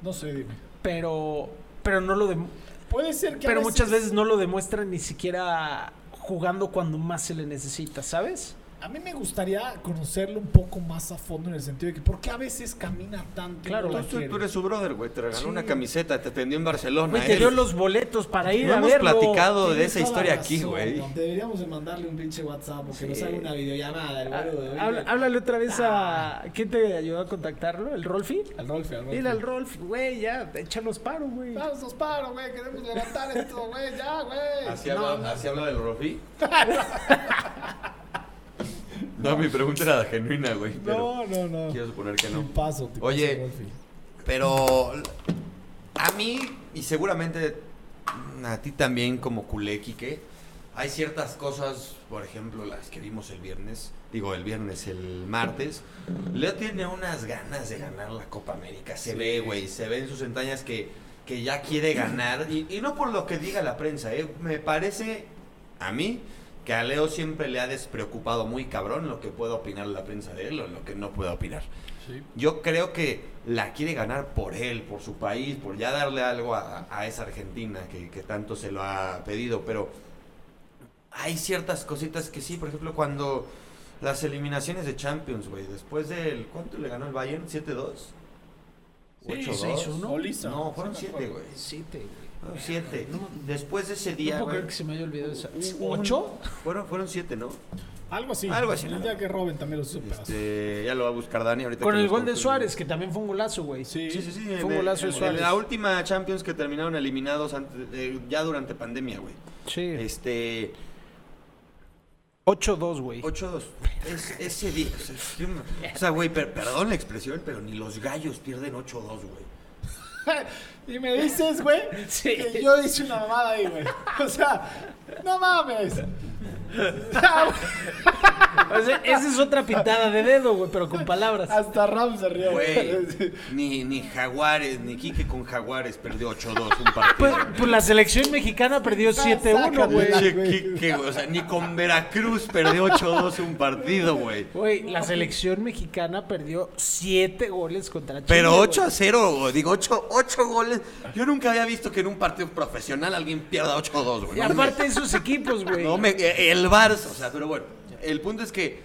Speaker 3: No sé, dime.
Speaker 1: pero, pero, no lo dem-
Speaker 3: Puede ser que. a
Speaker 1: pero muchas veces no lo demuestra ni siquiera jugando cuando más se le necesita, ¿sabes?
Speaker 3: A mí me gustaría conocerlo un poco más a fondo en el sentido de que, ¿por qué a veces camina tanto? y
Speaker 1: Claro.
Speaker 3: no la
Speaker 2: Tú, tú-
Speaker 3: quiere?
Speaker 2: tú eres su brother, güey. Te regaló una camiseta, te atendió en Barcelona.
Speaker 1: Güey, te
Speaker 2: él.
Speaker 1: dio los boletos para ir
Speaker 2: no
Speaker 1: a
Speaker 2: hemos
Speaker 1: verlo.
Speaker 2: platicado de
Speaker 3: Tienes
Speaker 2: esa
Speaker 3: toda
Speaker 2: historia
Speaker 3: la
Speaker 2: aquí,
Speaker 3: razón,
Speaker 2: güey.
Speaker 3: ¿no? Deberíamos de mandarle un pinche WhatsApp porque nos haga una videollamada el
Speaker 1: Ah,
Speaker 3: boludo.
Speaker 1: habla- háblale otra vez a.
Speaker 3: Ah.
Speaker 1: ¿Quién te ayudó a contactarlo? ¿El Rolfi?
Speaker 3: Al Rolfe, al Rolfe.
Speaker 1: Dile al Rolfi, güey, ya, échanos paro, güey.
Speaker 3: Vamos, nos paro, güey. Queremos levantar esto, güey. Ya, güey.
Speaker 2: ¿Así habla, así habla del Rofi? no, mi pregunta era genuina, güey. Pero
Speaker 3: No, no, no.
Speaker 2: quiero suponer que no.
Speaker 3: Tipazo, tipazo,
Speaker 2: Oye.
Speaker 3: Rolfi.
Speaker 2: Pero a mí, y seguramente a ti también como culé, Quique, hay ciertas cosas, por ejemplo, las que vimos el viernes, digo el viernes, el martes. Leo tiene unas ganas de ganar la Copa América, se ve, güey, se ve en sus entrañas que, que ya quiere ganar. Y, y no por lo que diga la prensa, eh, me parece a mí que a Leo siempre le ha despreocupado muy cabrón lo que pueda opinar la prensa de él o lo que no pueda opinar. Yo creo que la quiere ganar por él, por su país, por ya darle algo a, a esa Argentina que, que tanto se lo ha pedido, pero hay ciertas cositas que sí, por ejemplo, cuando las eliminaciones de Champions, güey, después del... ¿Cuánto le ganó el Bayern? ¿7-2? ¿8-2?
Speaker 1: 6-1.
Speaker 3: Goliza.
Speaker 2: No, fueron
Speaker 3: Sí, me
Speaker 2: 7, güey.
Speaker 1: Sí, te, güey.
Speaker 2: 7. Después de ese día...
Speaker 1: No puedo
Speaker 2: güey,
Speaker 1: creer que se me haya olvidado esa.
Speaker 2: hubo un-
Speaker 1: ¿Ocho?
Speaker 2: Fueron, fueron siete, ¿no?
Speaker 3: Algo así.
Speaker 2: Algo así,
Speaker 3: El
Speaker 2: ¿no?
Speaker 3: día que Robin también lo supe.
Speaker 2: Este, ya lo va a buscar Dani ahorita.
Speaker 1: Con
Speaker 2: que
Speaker 1: el
Speaker 2: nos
Speaker 1: gol de
Speaker 2: confirme.
Speaker 1: Suárez, que también fue un golazo, güey.
Speaker 3: Sí.
Speaker 2: Sí, sí, sí.
Speaker 1: Fue
Speaker 2: en
Speaker 1: un
Speaker 2: el-
Speaker 1: golazo de
Speaker 2: en
Speaker 1: Suárez.
Speaker 2: la última Champions que terminaron eliminados antes de- ya durante pandemia, güey.
Speaker 1: Sí.
Speaker 2: Este.
Speaker 1: 8-2, güey.
Speaker 2: 8-2. Es- ese día. o sea, es que- O sea, güey, per- perdón la expresión, pero ni los gallos pierden 8-2, güey.
Speaker 3: y me dices, güey,
Speaker 1: Sí.
Speaker 3: que yo hice una mamada ahí, güey. O sea, no mames. Ya, güey.
Speaker 1: O sea, esa es otra pintada de dedo, güey, pero con palabras.
Speaker 3: Hasta Ram se rió.
Speaker 2: Güey, ni, ni Jaguares, ni Quique con Jaguares perdió 8-2 un partido.
Speaker 1: Pues,
Speaker 2: güey.
Speaker 1: pues la selección mexicana perdió 7-1, Pues, güey.
Speaker 3: Sácatela.
Speaker 2: Pinche
Speaker 3: güey.
Speaker 2: Quique, güey, o sea, ni con Veracruz perdió 8-2 un partido, güey.
Speaker 1: Güey, la selección mexicana perdió 7 goles contra Chile.
Speaker 2: Pero
Speaker 1: güey.
Speaker 2: 8 a 0, güey, digo, 8, 8 goles. Yo nunca había visto que en un partido profesional alguien pierda 8 a 2, güey.
Speaker 1: Y
Speaker 2: No me-
Speaker 1: aparte de sus equipos, güey.
Speaker 2: no me- eh, el Barça, o sea, pero bueno, el punto es que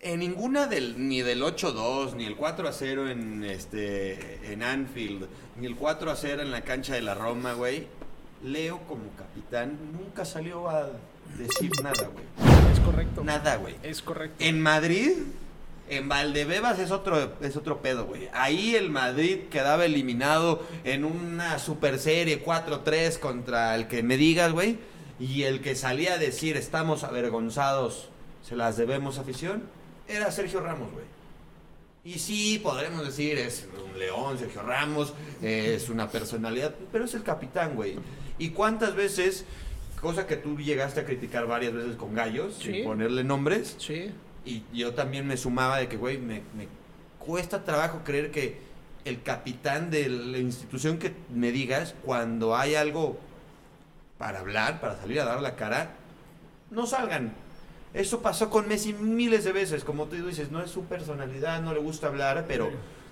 Speaker 2: en ninguna del, ni del 8-2, ni el 4 a 0 en este en Anfield, ni el 4 a 0 en la cancha de la Roma, güey, Leo como capitán nunca salió a decir nada, güey.
Speaker 1: Es correcto.
Speaker 2: Nada, güey.
Speaker 1: Es correcto.
Speaker 2: En Madrid, en Valdebebas es otro, es otro pedo, güey. Ahí el Madrid quedaba eliminado en una super serie 4-3 contra el que me digas, güey. Y el que salía a decir estamos avergonzados, se las debemos afición, era Sergio Ramos, güey. Y sí, podremos decir, es un león, Sergio Ramos, eh, es una personalidad, pero es el capitán, güey. ¿Y cuántas veces, cosa que tú llegaste a criticar varias veces con gallos,
Speaker 1: Sí.
Speaker 2: sin ponerle nombres,
Speaker 1: Sí.
Speaker 2: y yo también me sumaba de que, güey, me, me cuesta trabajo creer que el capitán de la institución que me digas, cuando hay algo para hablar, para salir a dar la cara, no salgan. Eso pasó con Messi miles de veces. Como tú dices, no es su personalidad, no le gusta hablar, pero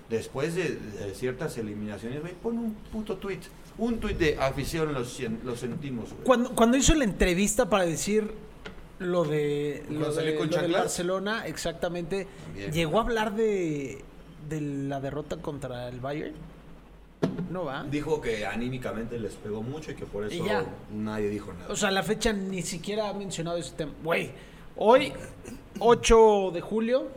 Speaker 2: después de, de ciertas eliminaciones, güey, pon un puto tweet. Un tweet de afición, los cien- lo sentimos, güey.
Speaker 1: Cuando, cuando hizo la entrevista para decir lo de
Speaker 2: Cuando
Speaker 1: lo,
Speaker 2: salió
Speaker 1: de-
Speaker 2: con
Speaker 1: lo del
Speaker 2: chanclas.
Speaker 1: Barcelona, exactamente,
Speaker 2: También.
Speaker 1: llegó a hablar de, de la derrota contra el Bayern. No va.
Speaker 2: Dijo que anímicamente les pegó mucho y que por eso
Speaker 1: Y ya.
Speaker 2: nadie dijo nada.
Speaker 1: O sea, la fecha ni siquiera ha mencionado ese tema. Güey, hoy, 8 de julio,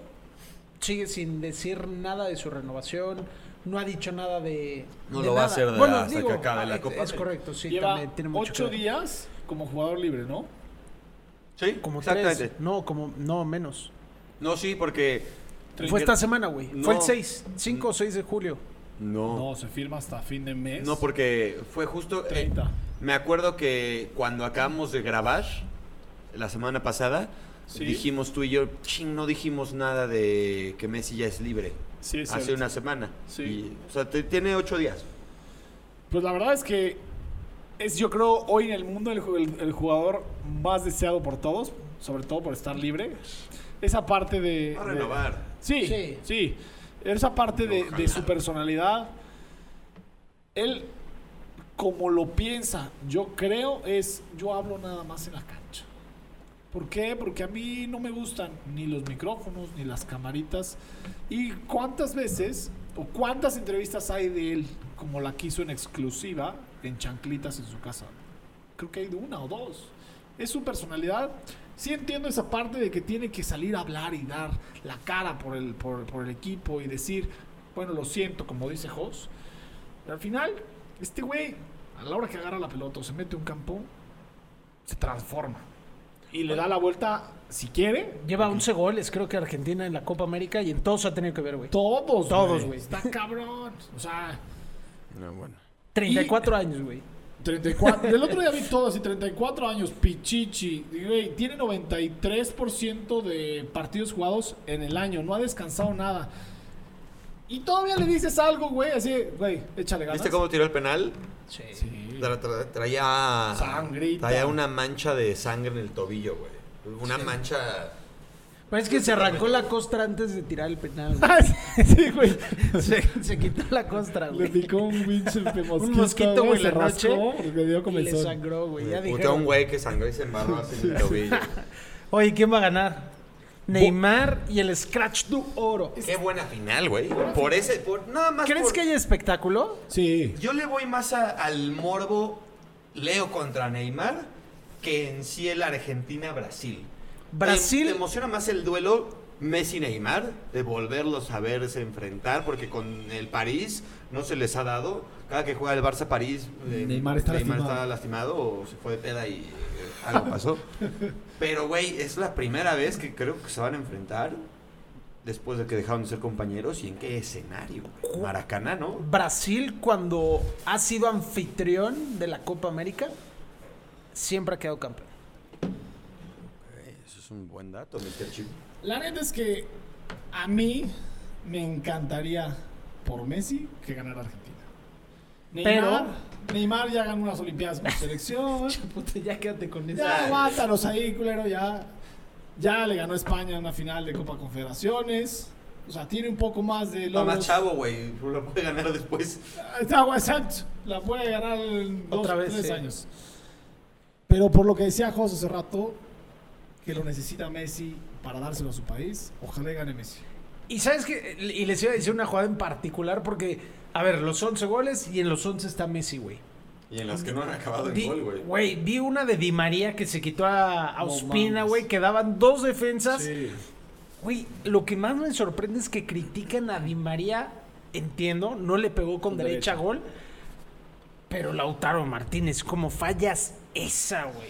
Speaker 1: sigue sin decir nada de su renovación. No ha dicho nada de.
Speaker 2: No
Speaker 1: de
Speaker 2: lo va a
Speaker 1: nada.
Speaker 2: hacer de-
Speaker 1: Bueno,
Speaker 2: hasta
Speaker 1: digo,
Speaker 2: que acabe la
Speaker 1: es-
Speaker 2: Copa
Speaker 1: Es
Speaker 2: América.
Speaker 1: correcto, sí,
Speaker 3: Lleva
Speaker 1: también tiene mucho.
Speaker 3: ocho
Speaker 1: que ver.
Speaker 3: días como jugador libre, ¿no?
Speaker 2: sí,
Speaker 1: Como
Speaker 2: exactamente.
Speaker 1: tres. No, como. No, menos.
Speaker 2: No, sí, porque.
Speaker 1: Fue esta semana, güey.
Speaker 2: No.
Speaker 1: Fue el 6, 5 o 6 de julio.
Speaker 2: No.
Speaker 3: No, se firma hasta fin de mes.
Speaker 2: No, porque fue justo. eh,
Speaker 3: 30.
Speaker 2: me acuerdo que cuando acabamos de grabar, la semana pasada,
Speaker 3: Sí.
Speaker 2: dijimos tú y yo, ching, no dijimos nada de que Messi ya es libre.
Speaker 3: Sí, es
Speaker 2: hace
Speaker 3: cierto.
Speaker 2: una semana.
Speaker 3: Sí.
Speaker 2: Y, o sea, te- tiene ocho días.
Speaker 3: Pues la verdad es que es, yo creo, hoy en el mundo el, ju- el- el jugador más deseado por todos, sobre todo por estar libre. Esa parte de.
Speaker 2: Va a
Speaker 3: de-
Speaker 2: renovar.
Speaker 3: sí,
Speaker 1: Sí.
Speaker 3: sí, Esa parte de, de su
Speaker 2: Ojalá.
Speaker 3: personalidad. Él, como lo piensa, yo creo, es. Yo hablo nada más en la cancha. ¿Por qué? Porque a mí no me gustan ni los micrófonos, ni las camaritas. ¿Y cuántas veces o cuántas entrevistas hay de él como la que hizo en exclusiva en chanclitas en su casa? Creo que hay de una o dos. Es su personalidad. Sí entiendo esa parte de que tiene que salir a hablar y dar la cara por el, por, por el equipo y decir, bueno, lo siento, como dice Jos. Pero al final, este güey, a la hora que agarra la pelota o se mete a un campo, se transforma. Y le da la vuelta si quiere.
Speaker 1: Lleva 11 goles, creo que Argentina en la Copa América y en todos ha tenido que ver, güey.
Speaker 3: Todos,
Speaker 1: Todos, güey.
Speaker 3: Está cabrón. O sea,
Speaker 2: No, bueno.
Speaker 1: 34 años, güey.
Speaker 3: 34. Del otro día vi todos y 34 años, Pichichi. Y, Güey, tiene 93% de partidos jugados en el año. No ha descansado nada. Y todavía le dices algo, güey, así, güey, échale ganas.
Speaker 2: ¿Viste cómo tiró el penal?
Speaker 1: Sí.
Speaker 3: Sí.
Speaker 2: Tra- tra- traía.
Speaker 3: Sangrita.
Speaker 2: Traía una mancha de sangre en el tobillo, güey. Una mancha.
Speaker 1: Pero es que se arrancó la costra antes de tirar el penal, güey.
Speaker 3: Ah, sí, güey.
Speaker 1: Se, se quitó la costra,
Speaker 3: Le
Speaker 1: güey.
Speaker 3: picó un pinche de mosquito.
Speaker 1: Un mosquito, güey,
Speaker 3: se
Speaker 1: la noche.
Speaker 3: rascó porque dio
Speaker 1: Y le
Speaker 3: comezón.
Speaker 1: sangró, güey. Ya
Speaker 2: Puteó a un
Speaker 1: dijeron.
Speaker 2: güey que sangró y se embarró así en el tobillo.
Speaker 1: Oye, ¿quién va a ganar? Neymar y el Scratch du Oro.
Speaker 2: Qué buena final, güey. Por ese. Por, nada más.
Speaker 1: ¿Crees
Speaker 2: por-
Speaker 1: que hay espectáculo?
Speaker 3: Sí.
Speaker 2: Yo le voy más a- al morbo Leo contra Neymar que en sí el Argentina-Brasil.
Speaker 1: Brasil-
Speaker 2: Te, te emociona más el duelo Messi-Neymar, de volverlos a verse enfrentar, porque con el París no se les ha dado. Cada que juega el Barça-París, eh,
Speaker 3: Neymar está lastimado.
Speaker 2: está lastimado o se fue de peda y eh, algo pasó. Pero, güey, es la primera vez que creo que se van a enfrentar después de que dejaron de ser compañeros y en qué escenario. güey? Maracaná, ¿no?
Speaker 1: Brasil, cuando ha sido anfitrión de la Copa América, siempre ha quedado campeón.
Speaker 2: Eso es un buen dato, Mr. Chip.
Speaker 3: La neta es que a mí me encantaría por Messi que ganara Argentina. Neymar, Neymar ya ganó unas Olimpiadas con selección.
Speaker 1: Puta, ya quédate con eso.
Speaker 3: ya mátalos ahí, culero, ya. Ya le ganó a España una final de Copa Confederaciones. O sea, tiene un poco más de
Speaker 2: Está
Speaker 3: logros. Ah,
Speaker 2: más chavo, güey. Lo puede ganar después.
Speaker 3: Está guasant, La puede ganar en dos,
Speaker 1: Otra vez,
Speaker 3: tres
Speaker 1: sí.
Speaker 3: años. Pero por lo que decía José hace rato, que lo necesita Messi para dárselo a su país, ojalá y gane Messi.
Speaker 1: Y sabes que, y les iba a decir una jugada en particular porque, a ver, los 11 goles y en los 11 está Messi, güey.
Speaker 2: Y en las que no han acabado
Speaker 1: Di- Güey, vi una de Di María que se quitó a, a
Speaker 3: No
Speaker 1: Ospina,
Speaker 3: mames.
Speaker 1: güey, que daban dos defensas. Güey, lo que más me sorprende es que critican a Di María, entiendo, no le pegó con,
Speaker 3: Con
Speaker 1: derecha,
Speaker 3: derecha.
Speaker 1: gol, pero Lautaro Martínez, ¿cómo fallas esa, güey?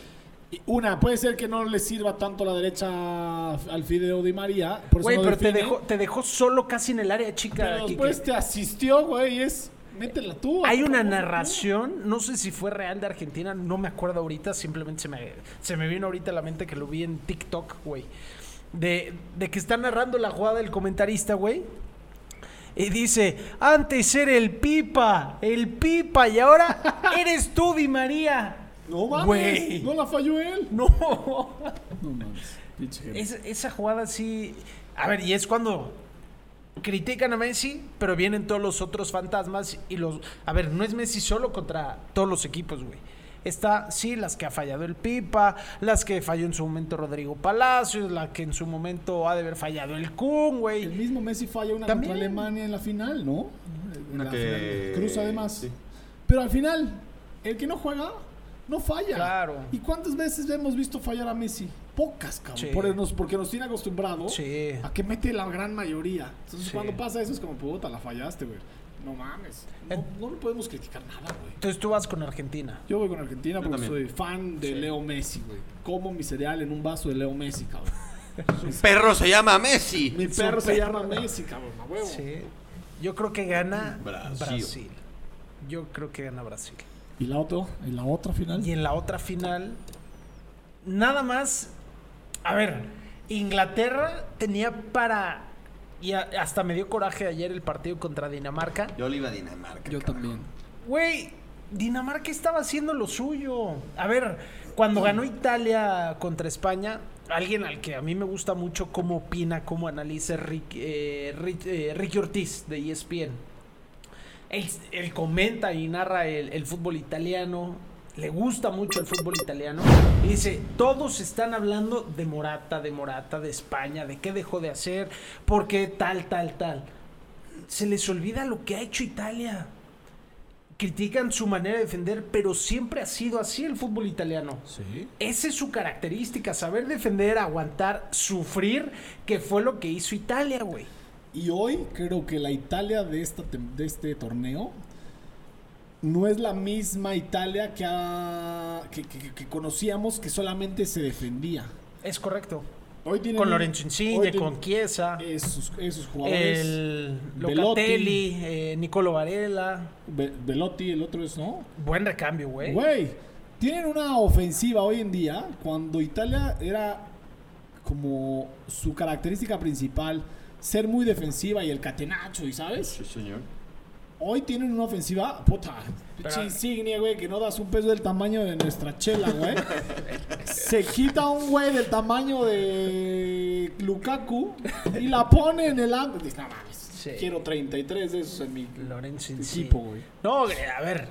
Speaker 3: Y Una, puede ser que no le sirva tanto la derecha al Fideo Di María. Por eso
Speaker 1: Güey,
Speaker 3: no
Speaker 1: pero te
Speaker 3: define,
Speaker 1: dejó, te dejó solo casi en el área chica. Kike.
Speaker 3: Pero después te asistió, güey, y es. Métela tú.
Speaker 1: Hay una
Speaker 3: cabrón, tú.
Speaker 1: narración, no sé si fue real de Argentina, no me acuerdo ahorita, simplemente se me, se me vino ahorita a la mente que lo vi en TikTok, güey. De, de que está narrando la jugada del comentarista, güey. Y dice, antes era el pipa, el pipa, y ahora eres tú, Di María.
Speaker 3: No mames.
Speaker 1: Güey.
Speaker 3: No la falló él.
Speaker 1: No.
Speaker 4: No mames. pinche gente.
Speaker 1: Es- esa jugada sí. A ver, y es cuando critican a Messi, pero vienen todos los otros fantasmas y los. A ver, no es Messi solo contra todos los equipos, güey. Está, sí, las que ha fallado el Pipa, las que falló en su momento Rodrigo Palacios, la que en su momento ha de haber fallado el Kun,
Speaker 3: El
Speaker 1: güey.
Speaker 3: mismo Messi falla una
Speaker 1: También.
Speaker 3: contra Alemania en la final, ¿no? En
Speaker 2: Una
Speaker 3: la
Speaker 2: que-
Speaker 3: final. Cruz además.
Speaker 2: sí.
Speaker 3: Pero al final, el que no juega, no falla.
Speaker 1: Claro.
Speaker 3: ¿Y cuántas veces hemos visto fallar a Messi? Pocas, cabrón.
Speaker 1: Sí.
Speaker 3: Por- nos- porque nos tiene acostumbrados
Speaker 1: Sí.
Speaker 3: a que mete la gran mayoría. Entonces,
Speaker 1: Sí.
Speaker 3: cuando pasa eso es como, puta, la fallaste, güey. No mames. No,
Speaker 1: En-
Speaker 3: no le podemos criticar nada, güey.
Speaker 1: Entonces tú vas con Argentina.
Speaker 3: Yo voy con Argentina porque
Speaker 2: también.
Speaker 3: soy fan de Leo Messi, güey. Como mi cereal en un vaso de Leo Messi, cabrón.
Speaker 2: Un perro se llama Messi.
Speaker 3: Mi perro se llama Messi, cabrón, a huevo.
Speaker 1: Sí. Yo creo que gana
Speaker 2: Brasil.
Speaker 1: Brasil. Yo creo que gana Brasil.
Speaker 3: ¿Y la otra? ¿Y la otra final?
Speaker 1: Y en la otra final, nada más. A ver, Inglaterra tenía para. Y a- hasta me dio coraje ayer el partido contra Dinamarca.
Speaker 2: Yo le iba a Dinamarca.
Speaker 4: Yo
Speaker 2: cabrón.
Speaker 4: también.
Speaker 1: Güey, Dinamarca estaba haciendo lo suyo. A ver, cuando ganó Italia contra España, alguien al que a mí me gusta mucho cómo opina, cómo analiza Rick, eh, Rick- eh, Ricky Ortiz de ESPN. Él, él comenta y narra el, el fútbol italiano. Le gusta mucho el fútbol italiano. Y dice, todos están hablando de Morata, de Morata, de España, de qué dejó de hacer, por qué tal, tal, tal. Se les olvida lo que ha hecho Italia critican su manera de defender, pero siempre ha sido así el fútbol italiano.
Speaker 4: Sí.
Speaker 1: Esa es su característica, saber defender, aguantar, sufrir, que fue lo que hizo Italia, güey.
Speaker 3: Y hoy creo que la Italia de, esta tem- de este torneo no es la misma Italia que, ha- que, que- que conocíamos que solamente se defendía.
Speaker 1: Es correcto.
Speaker 3: Hoy tienen-
Speaker 1: Con Lorenzo
Speaker 3: hoy
Speaker 1: Insigne,
Speaker 3: tienen
Speaker 1: con Chiesa,
Speaker 3: Esos, esos jugadores.
Speaker 1: el
Speaker 3: Velotti.
Speaker 1: Locatelli, eh, Nicolo Varela.
Speaker 3: Ve- Velotti, el otro es, ¿no?
Speaker 1: Buen recambio, güey.
Speaker 3: Güey, tienen una ofensiva hoy en día cuando Italia era como su característica principal ser muy defensiva y el catenacho, ¿y sabes?
Speaker 2: Sí, señor.
Speaker 3: Hoy tienen una ofensiva, puta, pinche insignia, güey, que no das un peso del tamaño de nuestra chela, güey. Se quita un güey del tamaño de Lukaku y la pone en el ángulo. Dices, no mames,
Speaker 1: Sí.
Speaker 3: quiero 33 de esos en mi
Speaker 1: Lorenzo Insigne.
Speaker 3: equipo, güey.
Speaker 1: No, eh, a ver.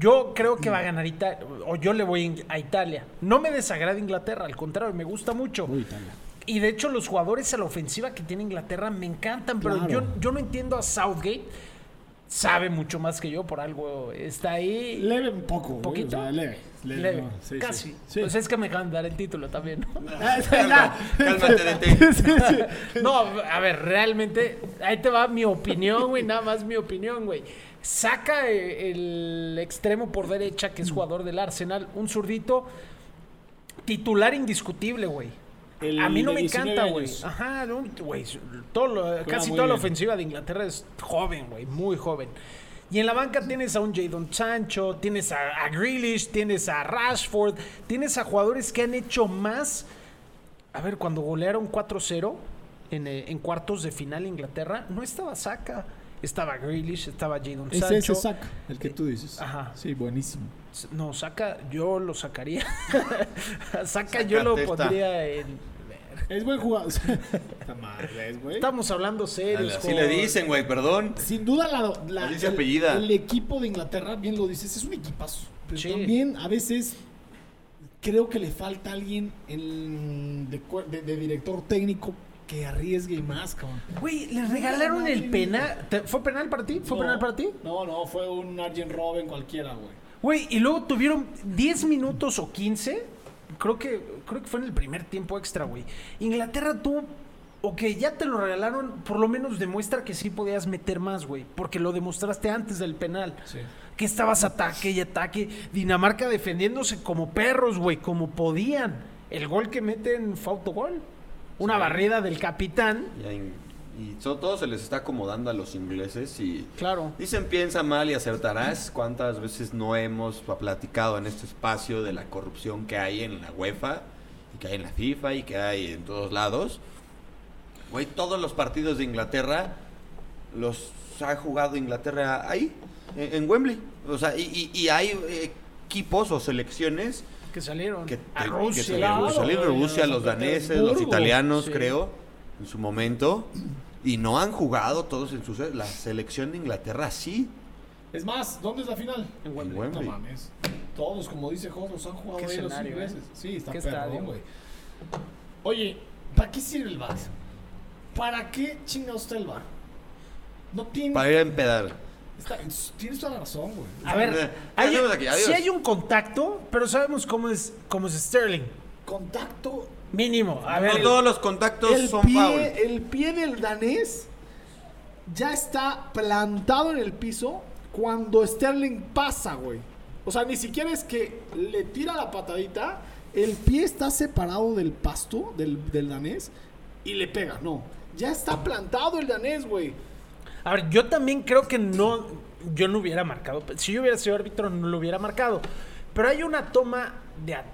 Speaker 1: Yo creo que va a ganar Italia, o yo le voy in- a Italia. No me desagrada Inglaterra, al contrario, me gusta mucho.
Speaker 3: Uy, Italia.
Speaker 1: Y de hecho los jugadores a la ofensiva que tiene Inglaterra me encantan, pero
Speaker 3: Claro.
Speaker 1: yo, yo no entiendo a Southgate. Sabe mucho más que yo, por algo está ahí.
Speaker 3: Leve un poco, güey,
Speaker 1: ¿Poquito?
Speaker 3: o sea, leve, leve.
Speaker 1: leve.
Speaker 3: no, sí, sí.
Speaker 1: Casi.
Speaker 3: Sí.
Speaker 1: Pues es que me acaban de dar el título también.
Speaker 3: Ah, sí,
Speaker 2: Calma,
Speaker 3: ya.
Speaker 2: cálmate, detente.
Speaker 3: Sí, sí.
Speaker 1: No, a ver, realmente, ahí te va mi opinión, güey, nada más mi opinión, güey. Saca eh, el extremo por derecha, que es jugador del Arsenal, un zurdito titular indiscutible, güey.
Speaker 3: El
Speaker 1: A mí no
Speaker 3: de
Speaker 1: me
Speaker 3: 19
Speaker 1: encanta, güey. Ah,
Speaker 3: años.
Speaker 1: Ajá, no, güey. todo lo- casi
Speaker 3: muy
Speaker 1: toda la
Speaker 3: bien.
Speaker 1: ofensiva de Inglaterra es joven, güey, muy joven. Y en la banca tienes a un Jadon Sancho, tienes a, a Grealish, tienes a Rashford, tienes a jugadores que han hecho más a ver, cuando golearon 4-0 en, eh, en cuartos de final Inglaterra, no estaba Saka. Estaba Grealish, estaba Jadon
Speaker 3: Es
Speaker 1: Sancho.
Speaker 3: ese saca, el que tú dices.
Speaker 1: Ajá.
Speaker 3: Sí, buenísimo.
Speaker 1: S- No, Saka yo lo sacaría. A Saka yo lo
Speaker 2: Sácate esta.
Speaker 1: pondría en...
Speaker 3: Es buen jugador. Está mal, es, güey.
Speaker 1: Estamos hablando serios.
Speaker 2: Así
Speaker 1: Jorge.
Speaker 2: le dicen, güey, perdón.
Speaker 3: Sin duda la, la-
Speaker 2: Así se
Speaker 3: el-
Speaker 2: apellida.
Speaker 3: El, equipo de Inglaterra, bien lo dices, es un equipazo. Pero
Speaker 1: Sí.
Speaker 3: también a veces creo que le falta alguien en- de, cua- de- de director técnico que arriesgue más, cabrón.
Speaker 1: Güey, le regalaron el penal. ¿Te- ¿Fue penal para ti? ¿Fue
Speaker 3: No,
Speaker 1: penal para ti?
Speaker 3: No, no, fue un Arjen Robben cualquiera, güey.
Speaker 1: Güey, y luego tuvieron 10 minutos o 15. Creo que, creo que fue en el primer tiempo extra, güey. Inglaterra tuvo. Ok, ya te lo regalaron. Por lo menos demuestra que sí podías meter más, güey. Porque lo demostraste antes del penal. Que estabas ataque y ataque. Dinamarca defendiéndose como perros, güey. Como podían. El gol que meten fue autogol. Una barrida del capitán.
Speaker 2: Y, ahí- y so- todo se les está acomodando a los ingleses y...
Speaker 1: Claro.
Speaker 2: Dicen piensa mal y acertarás. ¿Cuántas veces no hemos platicado en este espacio de la corrupción que hay en la UEFA y que hay en la FIFA y que hay en todos lados? Güey, todos los partidos de Inglaterra los ha jugado Inglaterra ahí, en en Wembley. O sea, y, y- y hay eh, equipos o selecciones
Speaker 1: que salieron
Speaker 2: que,
Speaker 1: a
Speaker 2: que
Speaker 1: Rusia.
Speaker 2: salieron, pues,
Speaker 1: Claro,
Speaker 2: salieron
Speaker 1: güey,
Speaker 2: Rusia,
Speaker 1: a
Speaker 2: los
Speaker 1: San
Speaker 2: daneses,
Speaker 1: Petersburgo.
Speaker 2: los italianos,
Speaker 1: Sí.
Speaker 2: creo, en su momento. Y no han jugado todos en su... se- La selección de Inglaterra sí.
Speaker 3: Es más, ¿dónde es la final?
Speaker 1: En
Speaker 2: En
Speaker 1: Wembley.
Speaker 3: No
Speaker 2: Wembley.
Speaker 3: mames. Todos, como dice Jos, los han jugado
Speaker 1: Qué
Speaker 3: ahí los
Speaker 1: escenario,
Speaker 3: ingleses.
Speaker 1: ¿eh?
Speaker 3: Sí, está
Speaker 1: Qué
Speaker 3: perro,
Speaker 1: estadio.
Speaker 3: güey. Oye, ¿para qué sirve el VAR? ¿Para qué chinga usted el VAR? No tiene...
Speaker 2: Para ir a empedar.
Speaker 3: está- tienes toda la razón, güey.
Speaker 1: A ver,
Speaker 2: Ya
Speaker 1: hay,
Speaker 2: estamos aquí, adiós.
Speaker 1: sí hay un contacto, pero sabemos cómo es, cómo es Sterling.
Speaker 3: Contacto...
Speaker 1: Mínimo. A
Speaker 2: No
Speaker 1: ver,
Speaker 2: todos los contactos
Speaker 3: El
Speaker 2: son foul.
Speaker 3: pie, el pie del danés ya está plantado en el piso cuando Sterling pasa, güey. O sea, ni siquiera es que le tira la patadita. El pie está separado del pasto del, del danés y le pega. No, ya está plantado el danés, güey.
Speaker 1: a ver, yo también creo que no. Yo no hubiera marcado. pues, Si yo hubiera sido árbitro, no lo hubiera marcado. Pero hay una toma de. a-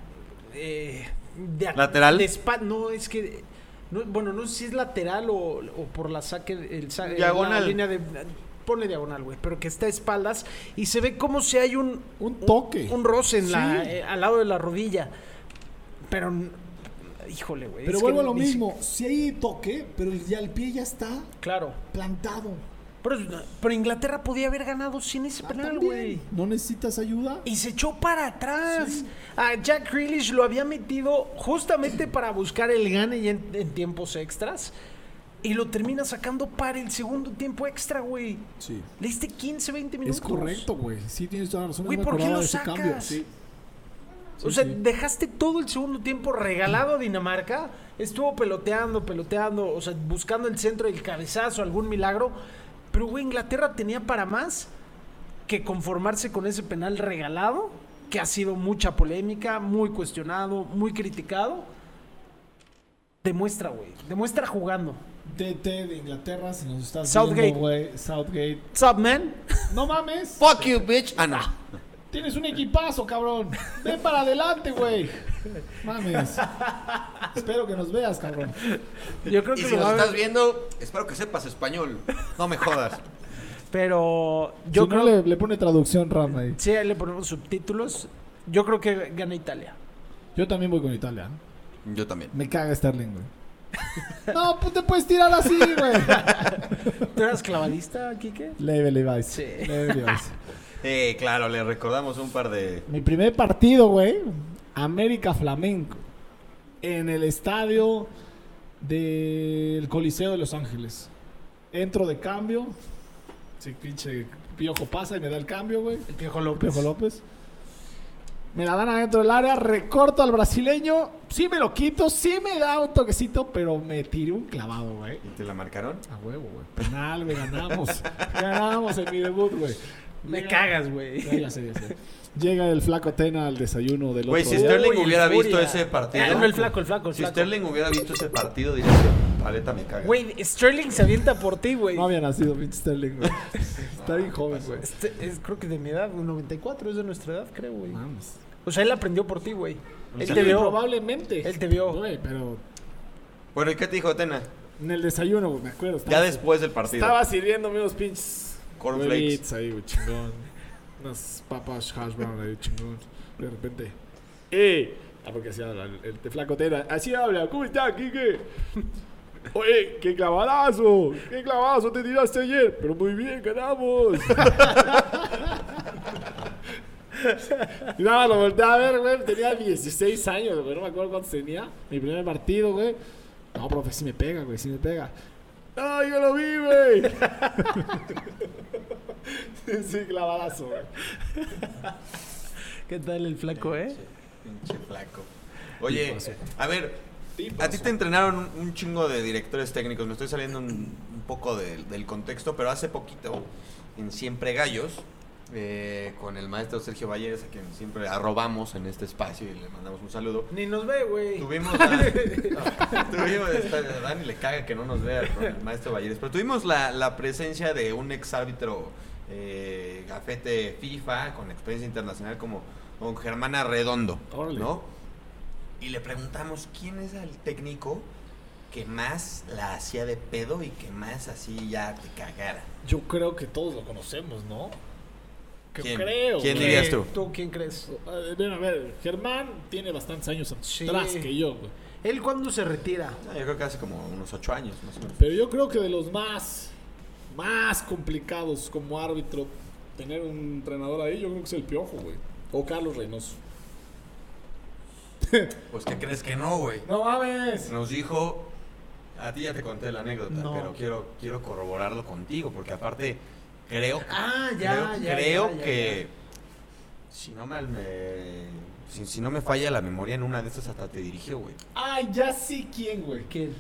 Speaker 1: eh, de a-
Speaker 2: ¿Lateral?
Speaker 1: de espa- no, es que. no, bueno, no sé si es lateral o, o por la saque. El, sa- eh, La
Speaker 2: Diagonal.
Speaker 1: línea de, ponle diagonal, güey. Pero que está a espaldas y se ve como si hay un.
Speaker 3: Un toque.
Speaker 1: Un roce en la,
Speaker 3: Sí.
Speaker 1: eh, al lado de la rodilla. Pero. n- Híjole, güey.
Speaker 3: Pero
Speaker 1: es
Speaker 3: vuelvo
Speaker 1: que
Speaker 3: a lo
Speaker 1: ni si-
Speaker 3: mismo. Si hay toque, pero ya el pie ya está
Speaker 1: Claro.
Speaker 3: plantado.
Speaker 1: Pero, pero Inglaterra podía haber ganado sin ese
Speaker 3: Ah,
Speaker 1: penal,
Speaker 3: también.
Speaker 1: güey.
Speaker 3: No necesitas ayuda.
Speaker 1: Y se echó para atrás. A Jack Grealish lo había metido justamente para buscar el gane ya en, en tiempos extras. Y lo termina sacando para el segundo tiempo extra, güey.
Speaker 3: Sí.
Speaker 1: Le diste 15, 20 minutos.
Speaker 3: Es correcto, güey. Sí, tienes toda la razón.
Speaker 1: Pues Güey,
Speaker 3: no me
Speaker 1: ¿por qué lo
Speaker 3: acordaba de ese
Speaker 1: sacas?
Speaker 3: cambio. Sí.
Speaker 1: o
Speaker 3: Sí,
Speaker 1: sea,
Speaker 3: sí.
Speaker 1: dejaste todo el segundo tiempo regalado a Dinamarca. Estuvo peloteando, peloteando, o sea, buscando el centro del cabezazo, algún milagro. Pero, güey, Inglaterra tenía para más que conformarse con ese penal regalado, que ha sido mucha polémica, muy cuestionado, muy criticado. Demuestra, güey. Demuestra jugando.
Speaker 3: TT de Inglaterra, si nos estás
Speaker 1: Southgate.
Speaker 3: viendo, güey. Southgate.
Speaker 1: What's up, man?
Speaker 3: No mames.
Speaker 2: Fuck you, bitch. Ah, no.
Speaker 3: Tienes un equipazo, cabrón. Ven para adelante, güey. Mames. Espero que nos veas, cabrón.
Speaker 1: Yo creo
Speaker 2: Y
Speaker 1: que
Speaker 2: si
Speaker 1: lo
Speaker 2: nos
Speaker 1: va a ver,
Speaker 2: estás viendo, espero que sepas español. No me jodas.
Speaker 1: Pero yo
Speaker 3: si
Speaker 1: creo
Speaker 3: no le, le pone traducción RAM ahí.
Speaker 1: Sí, ahí le ponemos subtítulos. Yo creo que gana Italia.
Speaker 3: Yo también voy con Italia.
Speaker 2: Yo también.
Speaker 3: Me caga Sterling, güey. No, pues te puedes tirar así, güey.
Speaker 1: ¿Tú eras clavalista, Kike?
Speaker 3: Leve Levi's.
Speaker 1: Sí.
Speaker 3: Leve Levi's.
Speaker 2: Eh, claro, le recordamos un par de...
Speaker 3: Mi primer partido, güey. América Flamenco. En el estadio del Coliseo de Los Ángeles. Entro de cambio. Sí, pinche piojo pasa y me da el cambio, güey.
Speaker 1: El Piojo López.
Speaker 3: Piojo López. Me la dan adentro del área, recorto al brasileño. Sí me lo quito, sí me da un toquecito, pero me tiré un clavado, güey.
Speaker 2: ¿Y te la marcaron?
Speaker 3: A huevo, güey. Penal, güey, ganamos. ganamos en mi debut, güey.
Speaker 1: Me cagas, güey.
Speaker 3: Ya, ya sé, ya sé. Llega el flaco Tena al desayuno del
Speaker 2: Güey,
Speaker 3: otro
Speaker 2: si
Speaker 3: día.
Speaker 2: Sterling
Speaker 1: Uy,
Speaker 2: hubiera
Speaker 1: furia.
Speaker 2: visto ese partido...
Speaker 1: Ah, no, el flaco, el flaco, el
Speaker 2: Si
Speaker 1: flaco.
Speaker 2: Sterling hubiera visto ese partido, diría paleta me caga.
Speaker 1: Güey, Sterling se avienta por ti, güey.
Speaker 3: No había nacido pinche Sterling, güey. Está bien joven, güey.
Speaker 1: Este es, creo que de mi edad, un 94, es de nuestra edad, creo, güey.
Speaker 3: Vamos.
Speaker 1: O sea, él aprendió por ti, güey. Él
Speaker 2: Sí,
Speaker 1: te vio.
Speaker 3: Probablemente.
Speaker 1: Él te vio.
Speaker 3: Güey, pero
Speaker 2: Bueno, ¿y qué te dijo Tena?
Speaker 3: en el desayuno, güey, me acuerdo. Estaba,
Speaker 2: Ya
Speaker 1: Pues,
Speaker 2: después del partido.
Speaker 3: Estaba sirviéndome unos pinches...
Speaker 2: Cornflakes.
Speaker 3: huevitos ahí, güey, chingón. Unas papas hash brown ahí, chingón. De repente... ¡Eh! Ah, porque así habla el, el flaco Tena. Así habla. ¿Cómo está, Kike? Oye, qué clavadazo, qué clavadazo te tiraste ayer, pero muy bien, ganamos. No, lo volteé a ver, güey. Tenía 16 años, güey. No me acuerdo cuántos tenía. Mi primer partido, güey. No, profe, si me pega, güey. Si me pega. No, yo lo vi, güey. sí, sí, clavadazo, güey.
Speaker 1: ¿Qué tal el flaco, eh?
Speaker 2: Pinche flaco. Oye,
Speaker 3: Tipazo.
Speaker 2: a ver, a ti te entrenaron un- un chingo de directores técnicos. Me estoy saliendo un, un poco del- del contexto, pero hace poquito, en Siempre Gallos, eh, con el maestro Sergio Valles, a quien siempre arrobamos en este espacio y le mandamos un saludo.
Speaker 1: Ni nos ve, güey.
Speaker 2: Tuvimos la, no, tuvimos esta- a Dani le caga que no nos vea con el maestro Valleres, pero tuvimos la, la presencia de un ex árbitro eh, gafete FIFA con experiencia internacional como don Germán Arredondo,
Speaker 3: Órale.
Speaker 2: ¿no? Y le preguntamos quién es el técnico que más la hacía de pedo y que más así ya te cagara.
Speaker 3: Yo creo que todos lo conocemos, ¿no? que
Speaker 2: ¿Quién?
Speaker 3: creo.
Speaker 2: ¿Quién
Speaker 3: que-
Speaker 2: dirías tú?
Speaker 1: ¿Tú quién crees?
Speaker 3: Eh, Bueno, a ver, Germán tiene bastantes años
Speaker 1: Sí.
Speaker 3: atrás que yo, güey.
Speaker 1: ¿Él cuándo se retira?
Speaker 2: No, yo creo que hace como unos ocho años, más o menos.
Speaker 3: Pero yo creo que de los más, más complicados como árbitro, tener un entrenador ahí, yo creo que es el Piojo, güey. O Carlos Reynoso.
Speaker 2: Pues que crees que no, güey.
Speaker 3: No mames.
Speaker 2: Nos dijo, a ti ya te conté la anécdota,
Speaker 1: No.
Speaker 2: pero quiero, quiero corroborarlo contigo, porque aparte creo,
Speaker 1: Ah, ya,
Speaker 2: creo,
Speaker 1: ya,
Speaker 2: creo
Speaker 1: ya, ya,
Speaker 2: que si no mal me, si, si no me falla la memoria en una de estas hasta te dirigió, güey.
Speaker 3: Ay, ya sé quién, güey.
Speaker 1: ¿Quién?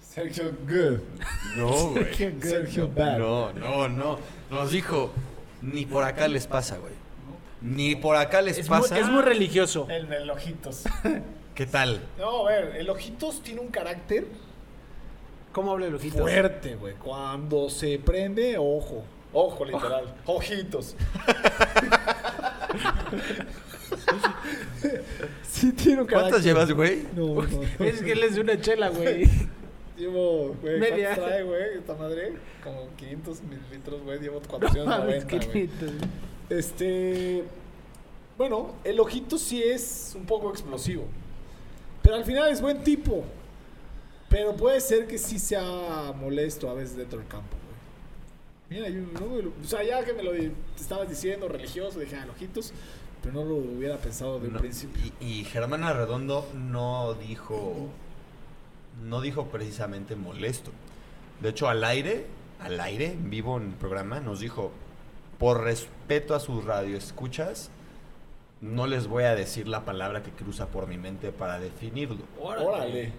Speaker 3: Sergio Good.
Speaker 2: No, güey.
Speaker 3: Sergio Bad.
Speaker 2: No, no, no. Nos dijo, ni por acá les pasa, güey. Ni por acá les
Speaker 1: Es muy,
Speaker 2: pasa.
Speaker 1: es muy religioso.
Speaker 3: El del Ojitos.
Speaker 2: ¿Qué tal?
Speaker 3: No, a ver, el Ojitos tiene un carácter
Speaker 1: ¿Cómo habla el ojito?
Speaker 3: fuerte, güey. Cuando se prende, ojo. Ojo, literal. Ojitos. sí tiene un carácter.
Speaker 2: ¿Cuántas llevas, güey?
Speaker 3: No, no.
Speaker 1: Es que él es de una chela, güey.
Speaker 3: Llevo, güey,
Speaker 1: Media.
Speaker 3: ¿cuántos trae, güey? Esta madre, como 500 mililitros, güey. Llevo 490,
Speaker 1: Mames, qué
Speaker 3: güey.
Speaker 1: lindo.
Speaker 3: Este. Bueno, el ojito sí es un poco explosivo. Pero al final es buen tipo. Pero puede ser que sí sea molesto a veces dentro del campo, güey. Mira, yo no me lo- O sea, ya que me lo di- te estabas diciendo, religioso, dije, ah, el ojitos. Pero no lo hubiera pensado de un
Speaker 2: No,
Speaker 3: principio.
Speaker 2: Y, y Germán Arredondo no dijo. No dijo precisamente molesto. De hecho, al aire, al aire, en vivo en el programa, nos dijo: Por respeto a sus radioescuchas, no les voy a decir la palabra que cruza por mi mente para definirlo.
Speaker 3: Órale.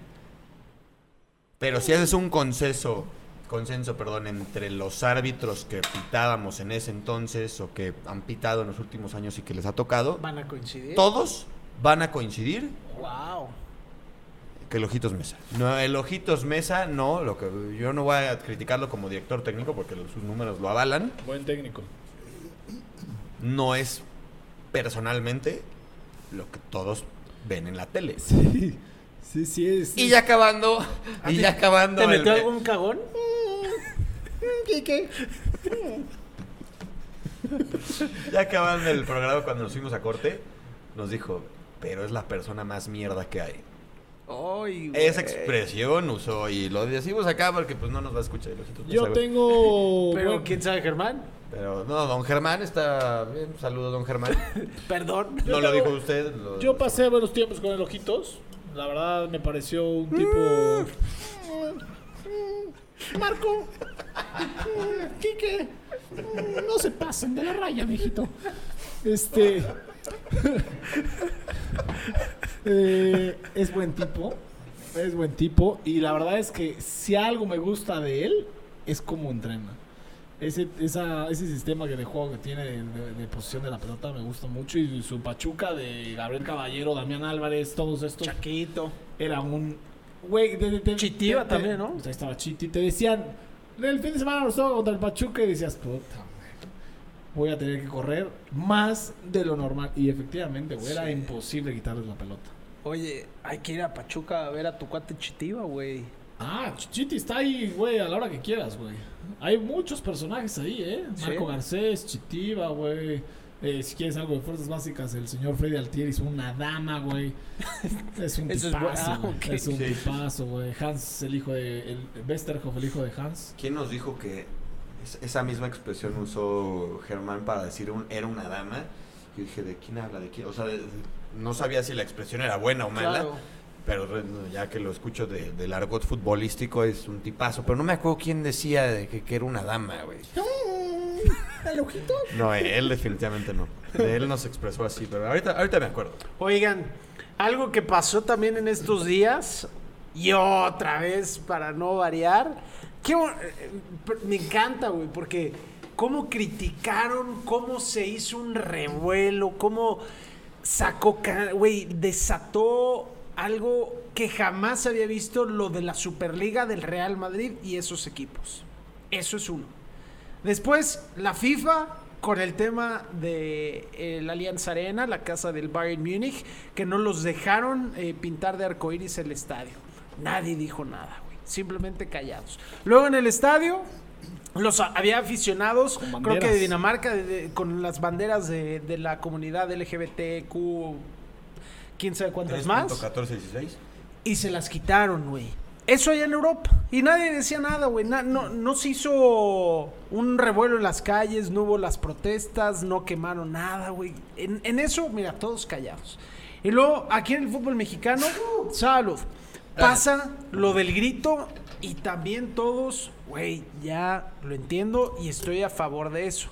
Speaker 2: Pero si haces un consenso, consenso, perdón, entre los árbitros que pitábamos en ese entonces o que han pitado en los últimos años y que les ha tocado,
Speaker 1: Van a coincidir.
Speaker 2: todos van a coincidir
Speaker 1: Wow.
Speaker 2: Que el Ojitos Mesa. No, el Ojitos Mesa no, lo que yo no voy a criticarlo como director técnico porque los- sus números lo avalan.
Speaker 3: Buen técnico.
Speaker 2: No es personalmente lo que todos ven en la tele.
Speaker 3: Sí, sí, sí es.
Speaker 2: Y ya acabando, y ya acabando.
Speaker 1: ¿Te
Speaker 2: el-
Speaker 1: metió algún cagón?
Speaker 2: Ya acabando el programa cuando nos fuimos a corte, nos dijo, pero es la persona más mierda que hay.
Speaker 1: Ay, güey.
Speaker 2: Esa expresión usó y lo decimos acá porque pues no nos va a escuchar el Ojitos Mesa,
Speaker 3: Yo
Speaker 2: güey.
Speaker 3: tengo.
Speaker 1: Pero
Speaker 3: bueno,
Speaker 1: quién sabe, Germán.
Speaker 2: Pero no, don Germán está bien. Saludos, don Germán.
Speaker 1: Perdón.
Speaker 2: No
Speaker 3: Yo
Speaker 2: lo
Speaker 3: tengo-
Speaker 2: dijo usted. lo-
Speaker 3: Yo pasé buenos tiempos con el Ojitos. La verdad me pareció un tipo. Marco. Quique. No se pasen de la raya, viejito. Este. Eh, es buen tipo. Es buen tipo. Y la verdad es que si algo me gusta de él, es cómo entrena. Ese, esa- ese sistema que de juego que tiene de, de- de posición de la pelota me gusta mucho. Y su pachuca de Gabriel Caballero, Damián Álvarez, todos estos.
Speaker 1: Chaquito.
Speaker 3: Era un. Güey, de, de- de-
Speaker 1: Chitiba
Speaker 3: te- te-
Speaker 1: también, ¿no?
Speaker 3: Ahí estaba Chiti. Te decían, el fin de semana nos toca contra el Pachuca. Y decías, puta, madre, voy a tener que correr más de lo normal. Y efectivamente, güey, era imposible quitarles la pelota.
Speaker 1: Oye, hay que ir a Pachuca a ver a tu cuate Chitiva, güey.
Speaker 3: Ah, Chiti está ahí, güey, a la hora que quieras, güey. Hay muchos personajes ahí, ¿eh?
Speaker 1: Sí.
Speaker 3: Marco Garcés, Chitiba, güey. Eh, si quieres algo de fuerzas básicas, el señor Freddy Altieri es una dama, güey. Es un
Speaker 1: Eso es bueno.
Speaker 3: tipazo,
Speaker 1: Ah,
Speaker 3: güey.
Speaker 1: ok.
Speaker 3: Es un
Speaker 2: Sí.
Speaker 3: tipazo, güey. Hans, el hijo de... El, Westerhoff, el hijo de Hans.
Speaker 2: ¿Quién nos dijo que es- esa misma expresión usó Germán para decir un, era una dama? Yo dije, ¿de quién habla? ¿De quién? O sea, de- de- no sabía si la expresión era buena o mala,
Speaker 1: Claro.
Speaker 2: pero re- ya que lo escucho de- del argot futbolístico es un tipazo. Pero no me acuerdo quién decía de que, que era una dama, güey.
Speaker 3: ¿El ojito?
Speaker 2: No, él definitivamente no. De él nos expresó así, pero ahorita, ahorita me acuerdo.
Speaker 1: Oigan, algo que pasó también en estos días, y otra vez para no variar, qué bo- eh, per- me encanta, güey, porque cómo criticaron, cómo se hizo un revuelo, cómo sacó, ca- güey, desató algo que jamás había visto, lo de la Superliga del Real Madrid y esos equipos. Eso es uno. Después, la FIFA con el tema de eh, la Alianza Arena, la casa del Bayern Múnich, que no los dejaron eh, pintar de arcoíris el estadio. Nadie dijo nada, güey. Simplemente callados. Luego en el estadio, Los a- había aficionados,
Speaker 3: Con
Speaker 1: creo que
Speaker 3: banderas.
Speaker 1: de Dinamarca, de- de- con las banderas de, de la comunidad LGBTQ, quién sabe cuántas más,
Speaker 2: 3.1416.
Speaker 1: y se las quitaron, güey. Eso allá en Europa. Y nadie decía nada, güey. Na- no, no se hizo un revuelo en las calles, no hubo las protestas, no quemaron nada, güey. En, en eso, mira, todos callados. Y luego, aquí en el fútbol mexicano, salud. Pasa lo del grito y también todos, güey, ya lo entiendo y estoy a favor de eso.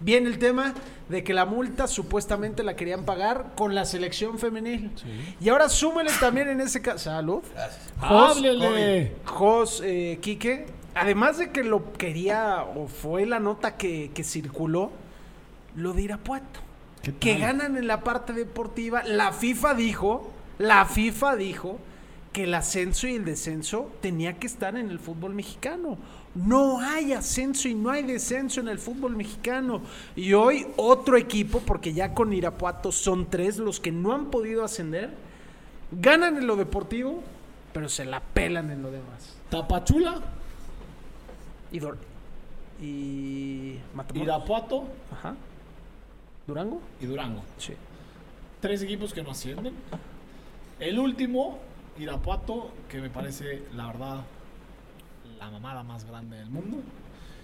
Speaker 1: Viene el tema de que la multa supuestamente la querían pagar con la selección femenil. Y ahora súmele también en ese caso, salud.
Speaker 2: Gracias.
Speaker 1: Jos-
Speaker 3: ¡Háblele!
Speaker 1: Jos eh, Quique, además de que lo quería o fue la nota que, que circuló, lo de Irapuato.
Speaker 3: ¿Qué
Speaker 1: Que
Speaker 3: tal?
Speaker 1: ganan en la parte deportiva. La FIFA dijo, la FIFA dijo que el ascenso y el descenso tenía que estar en el fútbol mexicano. No hay ascenso y no hay descenso en el fútbol mexicano. Y hoy otro equipo, porque ya con Irapuato son tres los que no han podido ascender, ganan en lo deportivo, pero se la pelan en lo demás.
Speaker 3: Tapachula,
Speaker 1: Y, Dor- y Matamoros.
Speaker 3: Irapuato
Speaker 1: Ajá. ¿Durango?
Speaker 3: y Durango.
Speaker 1: Sí.
Speaker 3: Tres equipos que no ascienden. El último, Irapuato, que me parece, la verdad, la mamada más grande del mundo.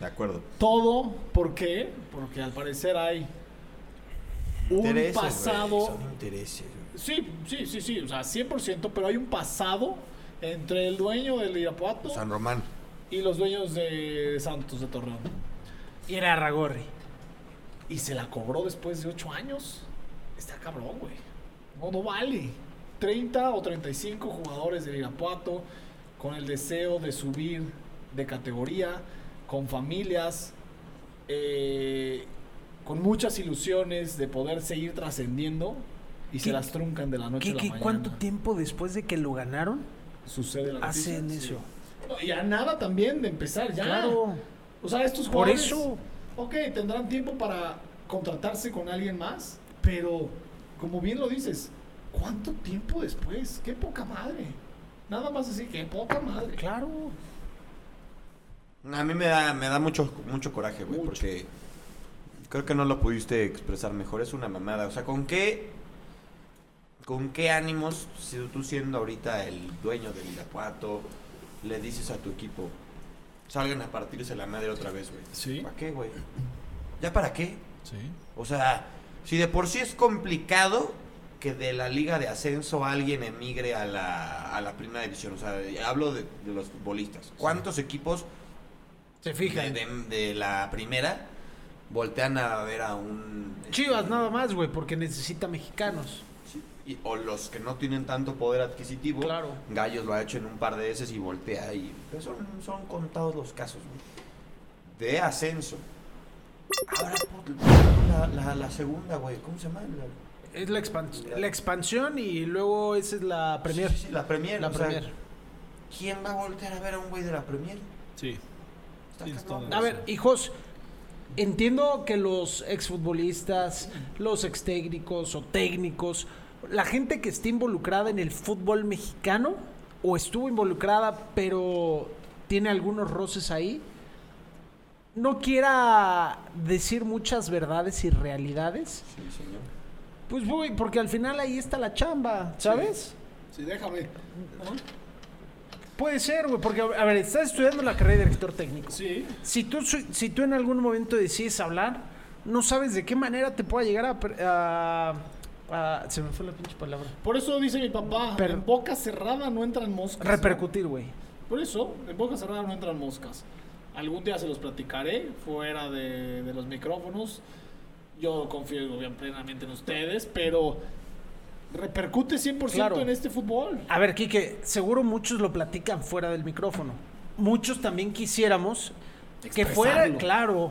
Speaker 2: De acuerdo.
Speaker 3: Todo, ¿por qué? Porque al parecer hay un
Speaker 2: Intereses, güey,
Speaker 3: pasado...
Speaker 2: son intereses, güey.
Speaker 3: Sí, sí, sí, sí, o sea, 100%, pero hay un pasado entre el dueño del Irapuato
Speaker 2: San Román.
Speaker 3: y los dueños de Santos de Torreón.
Speaker 1: Y era Ragorri.
Speaker 3: Y se la cobró después de 8 años. Está cabrón, güey. No, no vale. 30 o 35 jugadores del Irapuato con el deseo de subir de categoría, con familias, eh, con muchas ilusiones de poder seguir trascendiendo y se
Speaker 1: ¿Qué-
Speaker 3: las truncan de la noche
Speaker 1: ¿Qué,
Speaker 3: a la
Speaker 1: qué-
Speaker 3: mañana.
Speaker 1: cuánto tiempo después de que lo ganaron
Speaker 3: sucede la
Speaker 1: hacen
Speaker 3: noticia, sí.
Speaker 1: eso?
Speaker 3: No, Y a nada también de empezar, ya.
Speaker 1: Claro.
Speaker 3: O sea, estos
Speaker 1: Por
Speaker 3: jugadores.
Speaker 1: eso.
Speaker 3: Ok, tendrán tiempo para contratarse con alguien más, pero como bien lo dices, ¿cuánto tiempo después? ¡Qué poca madre! Nada más así, ¡qué poca madre!
Speaker 1: Claro.
Speaker 2: A mí me da, me da mucho, mucho coraje, güey, porque creo que no lo pudiste expresar mejor. Es una mamada. O sea, ¿con qué, con qué ánimos, si tú siendo ahorita el dueño del Irapuato, le dices a tu equipo, salgan a partirse la madre otra vez, güey?
Speaker 5: Sí.
Speaker 2: ¿Para qué, güey? ¿Ya para qué?
Speaker 5: Sí.
Speaker 2: O sea, si de por sí es complicado que de la liga de ascenso alguien emigre a la, a la primera división. O sea, hablo de, de los futbolistas. ¿Cuántos equipos
Speaker 1: Se
Speaker 2: de,
Speaker 1: fijan.
Speaker 2: de- de la primera voltean a ver a un...
Speaker 1: Chivas
Speaker 2: este,
Speaker 1: nada más, güey, porque necesita mexicanos.
Speaker 2: y- o los que no tienen tanto poder adquisitivo.
Speaker 1: Claro.
Speaker 2: Gallos lo ha hecho en un par de veces y voltea y... pero Son, son contados los casos, güey, De ascenso. Ahora por la, la- la segunda, güey. ¿Cómo se llama? La-
Speaker 1: Es la, expan- la expansión y luego esa es la Premier.
Speaker 2: Sí, sí, sí, la Premier.
Speaker 1: la
Speaker 2: o sea,
Speaker 1: Premier.
Speaker 2: ¿Quién va a voltear a ver a un güey de la Premier?
Speaker 5: Sí.
Speaker 2: Está
Speaker 5: Tienes
Speaker 2: cabrón.
Speaker 5: toda
Speaker 1: A ver, hijos, entiendo que los exfutbolistas, los extécnicos o técnicos, la gente que está involucrada en el fútbol mexicano o estuvo involucrada pero tiene algunos roces ahí, no quiera decir muchas verdades y realidades.
Speaker 2: Sí, señor.
Speaker 1: Pues voy, porque al final ahí está la chamba, ¿sabes?
Speaker 3: Sí, déjame.
Speaker 1: Puede ser, güey, porque, a ver, estás estudiando la carrera de director técnico.
Speaker 3: Sí.
Speaker 1: Si tú, su- si tú en algún momento decides hablar, no sabes de qué manera te pueda llegar a... per- a- a- se me fue la pinche palabra.
Speaker 3: Por eso dice mi papá,
Speaker 1: Pero-
Speaker 3: en boca cerrada no entran moscas.
Speaker 1: Repercutir, güey.
Speaker 3: Por eso, en boca cerrada no entran moscas. Algún día se los platicaré fuera de, de los micrófonos. Yo confío bien plenamente en ustedes, pero repercute 100%
Speaker 1: Claro.
Speaker 3: en este fútbol.
Speaker 1: A ver, Quique, seguro muchos lo platican fuera del micrófono. Muchos también quisiéramos que fuera...
Speaker 3: Expresarlo.
Speaker 1: Claro.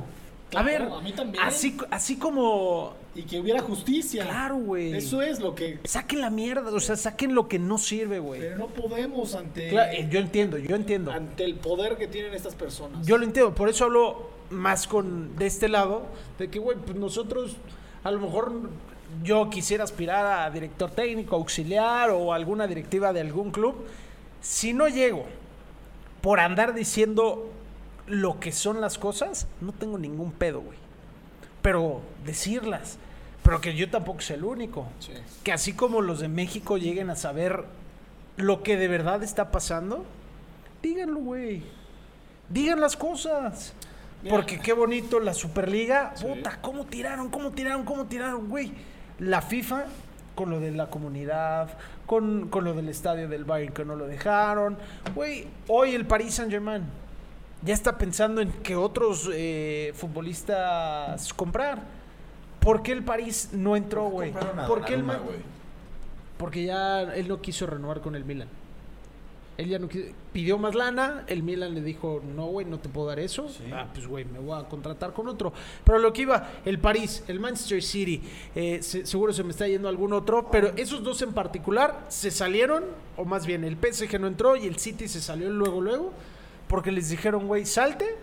Speaker 1: A
Speaker 3: Claro,
Speaker 1: ver,
Speaker 3: a mí también.
Speaker 1: Así, así como...
Speaker 3: Y que hubiera justicia.
Speaker 1: Claro, güey.
Speaker 3: Eso es lo que...
Speaker 1: Saquen la mierda, o sea, saquen lo que no sirve, güey.
Speaker 3: Pero no podemos ante,
Speaker 1: Cla- eh, yo entiendo, yo entiendo.
Speaker 3: ante el poder que tienen estas personas.
Speaker 1: Yo lo entiendo, por eso hablo más con de este lado, de que, güey, pues nosotros, a lo mejor yo quisiera aspirar a director técnico, auxiliar o alguna directiva de algún club. Si no llego por andar diciendo lo que son las cosas, no tengo ningún pedo, güey. Pero decirlas. Pero que yo tampoco sea el único. Que así como los de México lleguen a saber lo que de verdad está pasando, díganlo, güey. Digan las cosas. Porque qué bonito la Superliga. Puta, cómo tiraron, cómo tiraron, cómo tiraron, güey. La FIFA con lo de la comunidad, con, con lo del estadio del Bayern que no lo dejaron. Güey, hoy el Paris Saint-Germain ya está pensando en que otros eh, futbolistas comprar. ¿Por qué el París no entró, güey? ¿Por qué el Ma- Porque ya él no quiso renovar con el Milan. Él ya no quiso- pidió más lana, el Milan le dijo, no, güey, no te puedo dar eso. Ah, pues, güey, me voy a contratar con otro. Pero lo que iba, el París, el Manchester City, eh, se- seguro se me está yendo algún otro, pero esos dos en particular se salieron, o más bien, el PSG no entró y el City se salió luego, luego, porque les dijeron, güey, salte,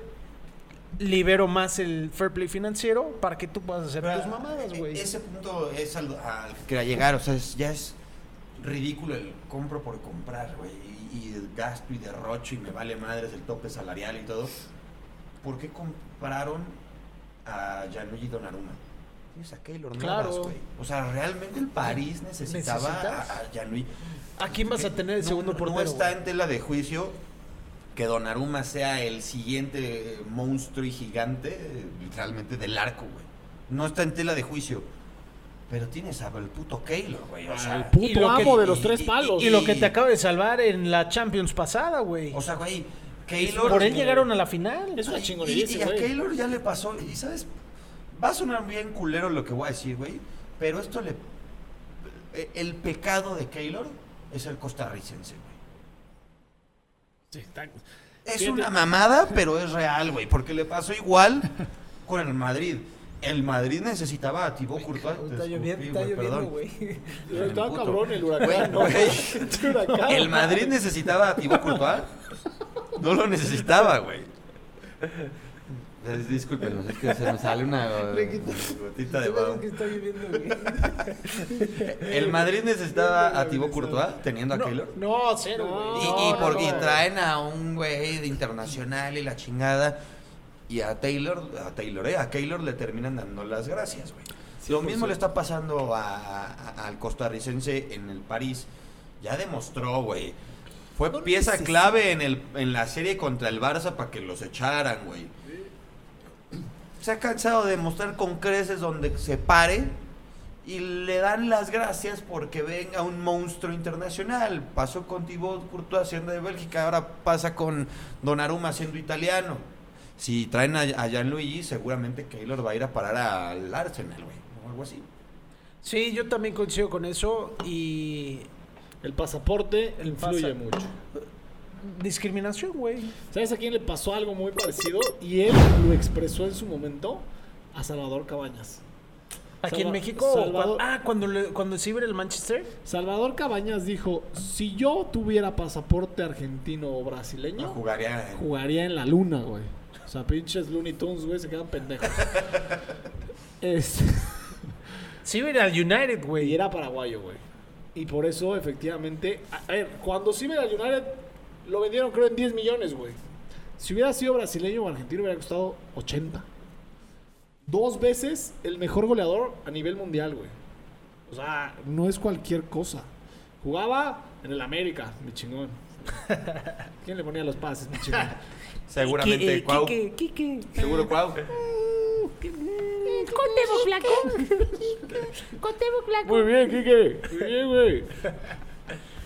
Speaker 1: libero más el fair play financiero para que tú puedas hacer tus mamadas,
Speaker 2: E-
Speaker 1: güey.
Speaker 2: Ese punto es al, al que quería llegar, o sea, es- ya es ridículo el compro por comprar, güey, y, y el gasto y derrocho y me vale madres el tope salarial y todo. ¿Por qué compraron a Gianluigi Donnarumma? Tienes a Keylor Navas,
Speaker 1: Claro.
Speaker 2: güey. O sea, realmente el París necesitaba
Speaker 1: ¿Necesitas?
Speaker 2: a, a Gianluigi.
Speaker 1: ¿A quién vas a tener el
Speaker 2: Eh, No,
Speaker 1: segundo
Speaker 2: no,
Speaker 1: portero?
Speaker 2: No está
Speaker 1: güey?
Speaker 2: en tela de juicio que Donnarumma sea el siguiente eh, monstruo y gigante, eh, literalmente, del arco, güey. No está en tela de juicio. Pero tienes al puto Keylor, güey. O
Speaker 1: Ah,
Speaker 2: sea,
Speaker 3: Al puto
Speaker 2: y lo que-
Speaker 3: amo de
Speaker 2: y-
Speaker 3: los
Speaker 2: y-
Speaker 3: tres
Speaker 2: y-
Speaker 3: palos.
Speaker 1: Y lo que te acaba de salvar en la Champions pasada, güey.
Speaker 2: O sea, güey, Keylor...
Speaker 1: Por él llegaron a la final.
Speaker 3: Es una
Speaker 2: Y, y
Speaker 3: chingonería,
Speaker 2: a
Speaker 3: güey.
Speaker 2: Keylor ya le pasó. Y sabes, va a sonar bien culero lo que voy a decir, güey. Pero esto le. e- El pecado de Keylor es el costarricense, güey. Es
Speaker 3: Fíjate.
Speaker 2: una mamada, pero es real, güey. Porque le pasó igual con el Madrid. El Madrid necesitaba a Thibaut Courtois. Te escupí, güey, perdón.
Speaker 3: Estaba
Speaker 2: puto.
Speaker 3: cabrón el huracán, ¿no?
Speaker 2: Güey, güey.
Speaker 3: El huracán.
Speaker 2: El Madrid necesitaba a Thibaut Courtois. No lo necesitaba, güey. Es- Discúlpenos, es que se me sale una eh, gotita de vaho. El Madrid necesitaba a Thibaut Courtois teniendo a Keylor.
Speaker 1: No, cero, güey.
Speaker 2: Y, y por- y traen a un güey de internacional y la chingada. Y a Taylor, a Taylor, eh, a Keylor le terminan dando las gracias, güey. Lo mismo le está pasando a- a- al costarricense en el París. Ya demostró, güey. Fue pieza clave en, el, en la serie contra el Barça para que los echaran, güey. Se ha cansado de mostrar con creces donde se pare y le dan las gracias porque venga un monstruo internacional. Pasó con Thibaut Courtois siendo de Bélgica, ahora pasa con Donnarumma siendo italiano. Si traen a, a Gianluigi, seguramente Keylor va a ir a parar al Arsenal, güey, o algo así.
Speaker 1: Sí, yo también coincido con eso y
Speaker 3: El pasaporte
Speaker 1: El
Speaker 3: influye
Speaker 1: pasa-
Speaker 3: mucho.
Speaker 1: discriminación, güey.
Speaker 3: ¿Sabes a quién le pasó algo muy parecido? Y él lo expresó en su momento a Salvador Cabañas.
Speaker 1: Aquí en
Speaker 3: Salva-
Speaker 1: México,
Speaker 3: Salvador-
Speaker 1: cuan- ah, cuando le- cuando se iba el Manchester,
Speaker 3: Salvador Cabañas dijo, si yo tuviera pasaporte argentino o
Speaker 2: No
Speaker 3: brasileño,
Speaker 2: jugaría en-
Speaker 3: jugaría en la luna, güey. O sea, pinches Looney Tunes, güey, se quedan pendejos. Es-
Speaker 1: se iba a ir al United,
Speaker 3: y
Speaker 1: güey.
Speaker 3: era paraguayo, güey. Y por eso, efectivamente, a, a ver, cuando sí me United, lo vendieron creo en 10 millones, güey. Si hubiera sido brasileño o argentino, hubiera costado 80. Dos veces el mejor goleador a nivel mundial, güey. O sea, no es cualquier cosa. Jugaba en el América, mi chingón. ¿Quién le ponía los pases, mi chingón?
Speaker 2: seguramente Cuau.
Speaker 1: eh, Quique, Eh. Quique. Eh,
Speaker 2: Seguro Cuau.
Speaker 6: Contebo flaco. Contebo flaco.
Speaker 3: Muy bien, Kike. Muy bien, güey.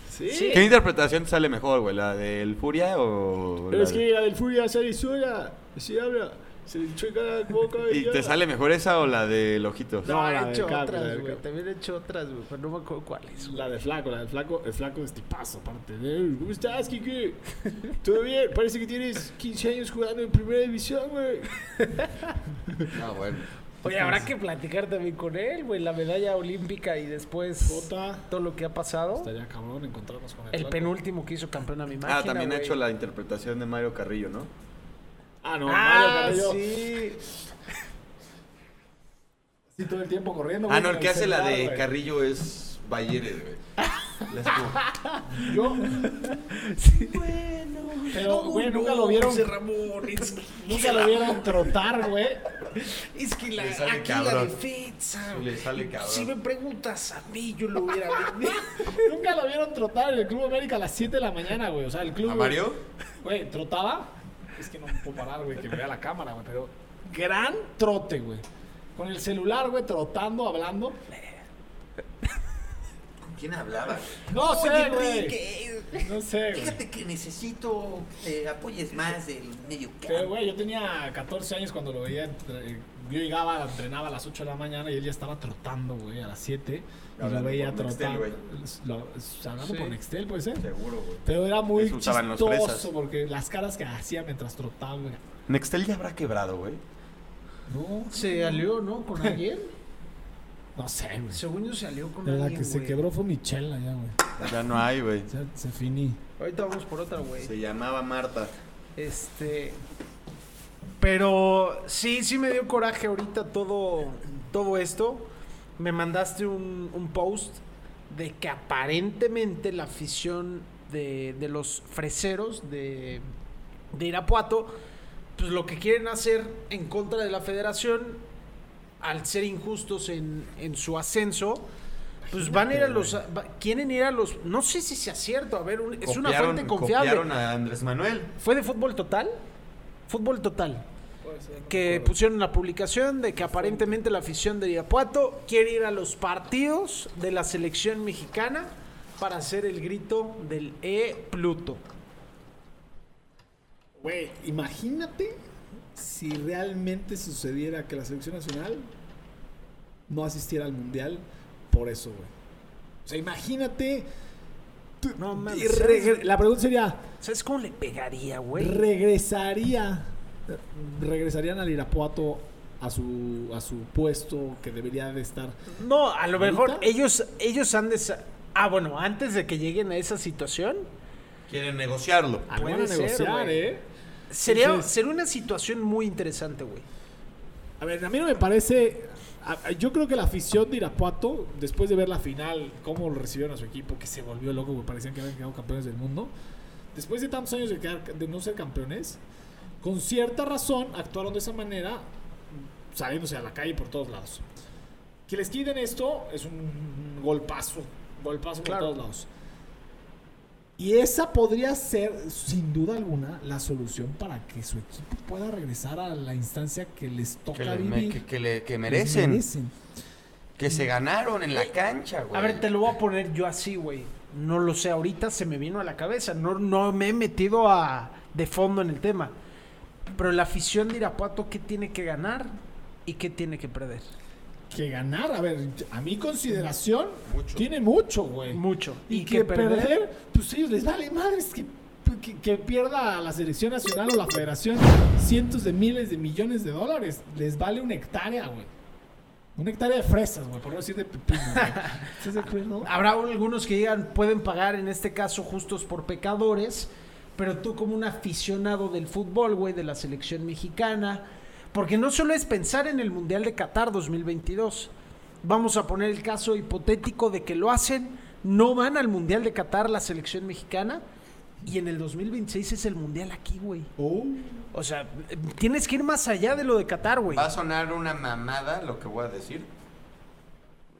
Speaker 3: Sí.
Speaker 7: ¿Qué interpretación te sale mejor, güey? ¿La del Furia o.? la
Speaker 3: Pero es
Speaker 7: de-
Speaker 3: que la del Furia se disuela, se habla, se le chueca la boca.
Speaker 7: ¿Y te
Speaker 3: llora.
Speaker 7: sale mejor esa o la del Ojitos?
Speaker 3: No,
Speaker 1: No,
Speaker 3: la
Speaker 1: he
Speaker 3: de
Speaker 1: hecho
Speaker 3: Cap, la
Speaker 1: otras,
Speaker 3: de
Speaker 1: güey.
Speaker 3: Cap.
Speaker 1: También he hecho otras, güey, pero no me acuerdo cuáles.
Speaker 3: La de Flaco, la de Flaco, el Flaco es tipazo, aparte. de- ¿Cómo estás, Kike? ¿Todo bien? Parece que tienes 15 años jugando en primera división, güey.
Speaker 2: No, bueno.
Speaker 3: Pues,
Speaker 1: Oye, habrá que platicar también con él, güey, la medalla olímpica y después
Speaker 3: Jota.
Speaker 1: todo lo que ha pasado.
Speaker 3: Estaría cabrón encontrarnos con el,
Speaker 1: El
Speaker 3: Flaco.
Speaker 1: penúltimo que hizo campeón a mi máquina,
Speaker 7: Ah, también ha
Speaker 1: güey.
Speaker 7: hecho la interpretación de Mario Carrillo, ¿no?
Speaker 3: Ah, no, Mario
Speaker 1: Ah,
Speaker 3: Carrillo. Sí.
Speaker 1: sí.
Speaker 3: todo el tiempo corriendo.
Speaker 7: Ah,
Speaker 3: güey,
Speaker 7: no, el
Speaker 3: con
Speaker 7: que hace la
Speaker 3: celular,
Speaker 7: de
Speaker 3: güey.
Speaker 7: Carrillo es Bayeres, güey. La es como-
Speaker 3: Yo.
Speaker 1: Bueno,
Speaker 3: Pero, güey, nunca lo vieron.
Speaker 8: José Ramón, es que,
Speaker 3: Nunca lo vieron trotar, güey.
Speaker 8: es que la,
Speaker 2: Le sale
Speaker 8: aquí la
Speaker 2: cabrón.
Speaker 8: defensa.
Speaker 2: Le sale cabrón.
Speaker 8: Si me preguntas a mí, yo lo hubiera vendido.
Speaker 3: Nunca lo vieron trotar en el Club América a las 7 de la mañana, güey. O sea, el club.
Speaker 2: ¿A Mario?
Speaker 3: Güey, trotaba. Es que no me puedo parar, güey, que me vea la cámara, güey. Pero gran trote, güey. Con el celular, güey, trotando, hablando.
Speaker 2: ¿Con quién hablaba?
Speaker 3: No sé, güey.
Speaker 2: Enrique,
Speaker 3: No sé, güey.
Speaker 2: fíjate que necesito que apoyes más el medio
Speaker 3: Pero,
Speaker 2: campo.
Speaker 3: güey, yo tenía 14 años cuando lo veía. entre- Yo llegaba, entrenaba a las 8 de la mañana y él ya estaba trotando, güey, a las 7. Y lo
Speaker 2: Hablando
Speaker 3: veía
Speaker 2: por Nextel,
Speaker 3: trotar.
Speaker 2: güey.
Speaker 3: Lo- hablando
Speaker 1: Sí.
Speaker 3: por Nextel, puede ser.
Speaker 2: Seguro, güey.
Speaker 3: Pero era muy
Speaker 2: Eso usaban los fresas.
Speaker 3: chistoso porque las caras que hacía mientras trotaba, güey.
Speaker 2: Nextel ya habrá quebrado, güey.
Speaker 3: No,
Speaker 1: Se alió, ¿no? Con alguien.
Speaker 3: no sé, güey.
Speaker 1: Según yo se alió con
Speaker 3: La
Speaker 1: alguien.
Speaker 3: que se
Speaker 1: güey.
Speaker 3: quebró fue Michela ya, güey.
Speaker 2: Ya no hay, güey.
Speaker 3: Se, se finí.
Speaker 1: Ahorita vamos por otra, güey.
Speaker 2: Se llamaba Marta.
Speaker 1: Este. Pero sí, sí me dio coraje ahorita todo, todo esto. Me mandaste un, un post de que aparentemente la afición de, de los freseros de, de Irapuato, pues lo que quieren hacer en contra de la federación, al ser injustos en, en su ascenso, pues van a ir a los... va- quieren ir a los... No sé si sea cierto, a ver, un- es una
Speaker 2: Copiaron-
Speaker 1: fuente confiable.
Speaker 2: Copiaron a Andrés Manuel.
Speaker 1: ¿Fue de fútbol total? Fútbol total. Que pusieron la publicación de que aparentemente la afición de Irapuato quiere ir a los partidos de la selección mexicana para hacer el grito del E Pluto.
Speaker 3: Güey, imagínate si realmente sucediera que la selección nacional no asistiera al mundial por eso, güey. O sea, imagínate. tú-
Speaker 1: No mames.
Speaker 3: y regre- La pregunta sería:
Speaker 1: ¿Sabes cómo le pegaría, güey?
Speaker 3: ¿regresaría? ¿Regresarían al Irapuato a su, a su puesto que debería de estar?
Speaker 1: No, a lo mejor
Speaker 3: ¿Ahorita?
Speaker 1: ellos, ellos han de... sa- Ah, bueno, antes de que lleguen a esa situación,
Speaker 2: Quieren negociarlo.
Speaker 3: Algo van a
Speaker 1: Puede ser,
Speaker 3: negociar,
Speaker 1: güey.
Speaker 3: ¿eh?
Speaker 1: sería,
Speaker 3: Entonces-
Speaker 1: sería una situación muy interesante, güey.
Speaker 3: A ver, a mí no me parece. a- a- Yo creo que la afición de Irapuato, después de ver la final, cómo lo recibieron a su equipo, que se volvió loco, porque parecían que habían quedado campeones del mundo. Después de tantos años de, quedar, de no ser campeones, con cierta razón actuaron de esa manera, saliéndose a la calle por todos lados. Que les quiten esto es un golpazo, golpazo
Speaker 1: Claro.
Speaker 3: por todos lados. Y esa podría ser, sin duda alguna, la solución para que su equipo pueda regresar a la instancia que les
Speaker 2: Que,
Speaker 3: toca
Speaker 2: le- me-
Speaker 3: vivir.
Speaker 2: que- que le- que
Speaker 3: Les
Speaker 2: merecen.
Speaker 3: merecen.
Speaker 2: Que se ganaron en la cancha, güey.
Speaker 1: A ver, te lo voy a poner yo así, güey. No lo sé, ahorita se me vino a la cabeza. No, no me he metido a, de fondo en el tema. Pero la afición de Irapuato, ¿qué tiene que ganar y qué tiene que perder?
Speaker 3: Que ganar, a ver, a mi consideración,
Speaker 2: Mucho.
Speaker 3: tiene mucho, güey.
Speaker 1: Mucho.
Speaker 3: Y, que, perder, pues ellos les vale madres que, que, que pierda la selección nacional o la federación cientos de miles de millones de dólares. Les vale una hectárea, güey. Una hectárea de fresas, güey, por no decir de pepino, güey. ¿Estás de acuerdo?
Speaker 1: Habrá algunos que digan, pueden pagar en este caso justos por pecadores, pero tú como un aficionado del fútbol, güey, de la selección mexicana, porque no solo es pensar en el Mundial de Qatar 2022, vamos a poner el caso hipotético de que lo hacen, no van al Mundial de Qatar la selección mexicana, y en el 2026 es el Mundial aquí, güey.
Speaker 3: Oh.
Speaker 1: O sea, tienes que ir más allá de lo de Qatar, güey.
Speaker 2: Va a sonar una mamada lo que voy a decir.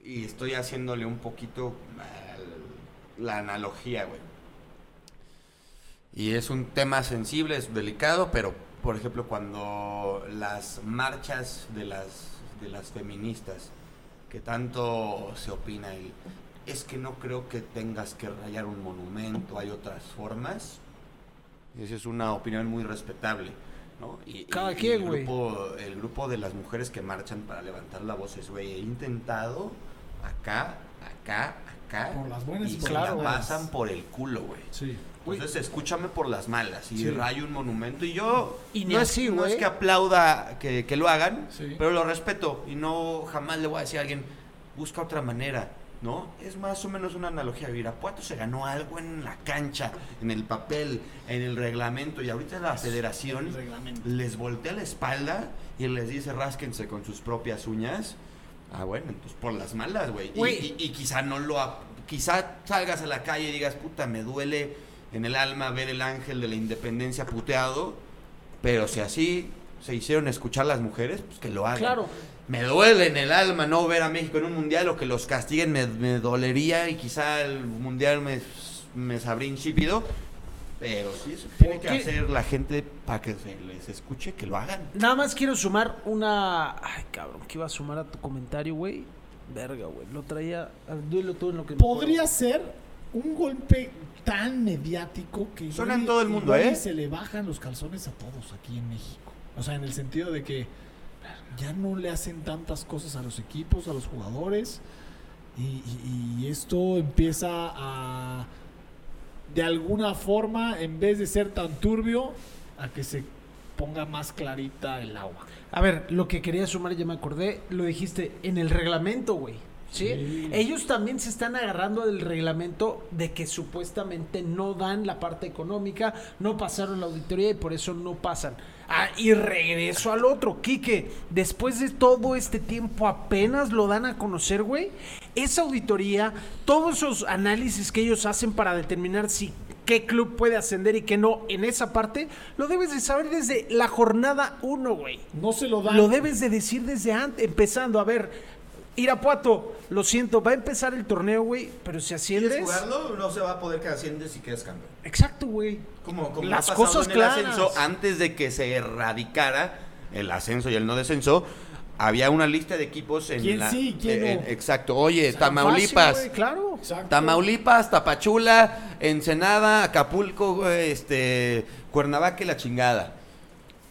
Speaker 2: Y estoy haciéndole un poquito al- la analogía, güey. Y es un tema sensible, es delicado, pero por ejemplo cuando las marchas de las de las feministas que tanto se opina el es que no creo que tengas que rayar un monumento, hay otras formas. Esa es una opinión muy respetable, ¿no? Y, y-
Speaker 1: Cada
Speaker 2: y
Speaker 1: quien,
Speaker 2: el
Speaker 1: güey.
Speaker 2: grupo- el grupo de las mujeres que marchan para levantar la voz es, güey, he intentado acá, acá, acá.
Speaker 3: Por las buenas y
Speaker 2: y
Speaker 3: por
Speaker 2: se
Speaker 3: las
Speaker 2: la
Speaker 3: malas.
Speaker 2: pasan por el culo, güey.
Speaker 3: Sí. Pues
Speaker 2: Entonces, escúchame por las malas. Y
Speaker 3: Sí.
Speaker 2: rayo un monumento. Y yo.
Speaker 1: Y ni
Speaker 2: no, es-
Speaker 1: así,
Speaker 2: no es,
Speaker 1: güey.
Speaker 2: que aplauda que, que lo hagan,
Speaker 3: Sí.
Speaker 2: pero lo respeto. Y no jamás le voy a decir a alguien, busca otra manera. ¿No? Es más o menos una analogía. Irapuato se ganó algo en la cancha, en el papel, en el reglamento. Y ahorita la federación les voltea la espalda y les dice, rásquense con sus propias uñas. Ah, bueno, entonces por las malas, güey. Y,
Speaker 1: Güey.
Speaker 2: y- y quizá no lo. ap- Quizá salgas a la calle y digas, puta, me duele en el alma ver el ángel de la independencia puteado, pero si así se hicieron escuchar las mujeres, pues que lo hagan.
Speaker 1: Claro.
Speaker 2: Me duele en el alma no ver a México en un mundial o que los castiguen, me, me dolería y quizá el mundial me, me sabría insípido. Pero sí se tiene que
Speaker 1: qué?
Speaker 2: hacer la gente para que se les escuche, que lo hagan.
Speaker 1: Nada más quiero sumar una. Ay, cabrón, que iba a sumar a tu comentario, güey. Verga, güey. Lo traía. a ver, Dilo tú en lo que. me
Speaker 3: Podría
Speaker 1: acuerdo.
Speaker 3: ser un golpe tan mediático que igual
Speaker 2: Suena en
Speaker 3: y-
Speaker 2: todo el mundo,
Speaker 3: igual y
Speaker 2: ¿eh?
Speaker 3: se le bajan los calzones a todos aquí en México. O sea, en el sentido de que ya no le hacen tantas cosas a los equipos, a los jugadores. Y, y- y esto empieza a, de alguna forma, en vez de ser tan turbio, a que se ponga más clarita el agua.
Speaker 1: A ver, lo que quería sumar, ya me acordé. Lo dijiste en el reglamento, güey. ¿Sí?
Speaker 3: Sí.
Speaker 1: Ellos también se están agarrando del reglamento de que supuestamente no dan la parte económica, no pasaron la auditoría y por eso no pasan. Ah, y regreso al otro, Quique. Después de todo este tiempo apenas lo dan a conocer, güey. Esa auditoría, todos esos análisis que ellos hacen para determinar si qué club puede ascender y qué no en esa parte, lo debes de saber desde la jornada 1, güey.
Speaker 3: No se lo dan.
Speaker 1: Lo debes de decir desde antes, empezando. A ver, Irapuato, lo siento, va a empezar el torneo, güey, pero si asciendes...
Speaker 2: jugarlo? No se va a poder que asciendes y quedes campeón.
Speaker 1: Exacto, güey.
Speaker 2: Como, como
Speaker 1: Las
Speaker 2: ha pasado
Speaker 1: cosas
Speaker 2: en
Speaker 1: claras.
Speaker 2: El ascenso, antes de que se erradicara el ascenso y el no descenso, había una lista de equipos en
Speaker 3: ¿Quién
Speaker 2: la-
Speaker 3: sí, quién
Speaker 2: eh,
Speaker 3: no?
Speaker 2: Exacto. Oye,
Speaker 1: Fácil,
Speaker 2: Tamaulipas.
Speaker 1: güey, claro.
Speaker 3: Exacto.
Speaker 2: Tamaulipas, Tapachula, Ensenada, Acapulco, güey, este, Cuernavaca y la chingada.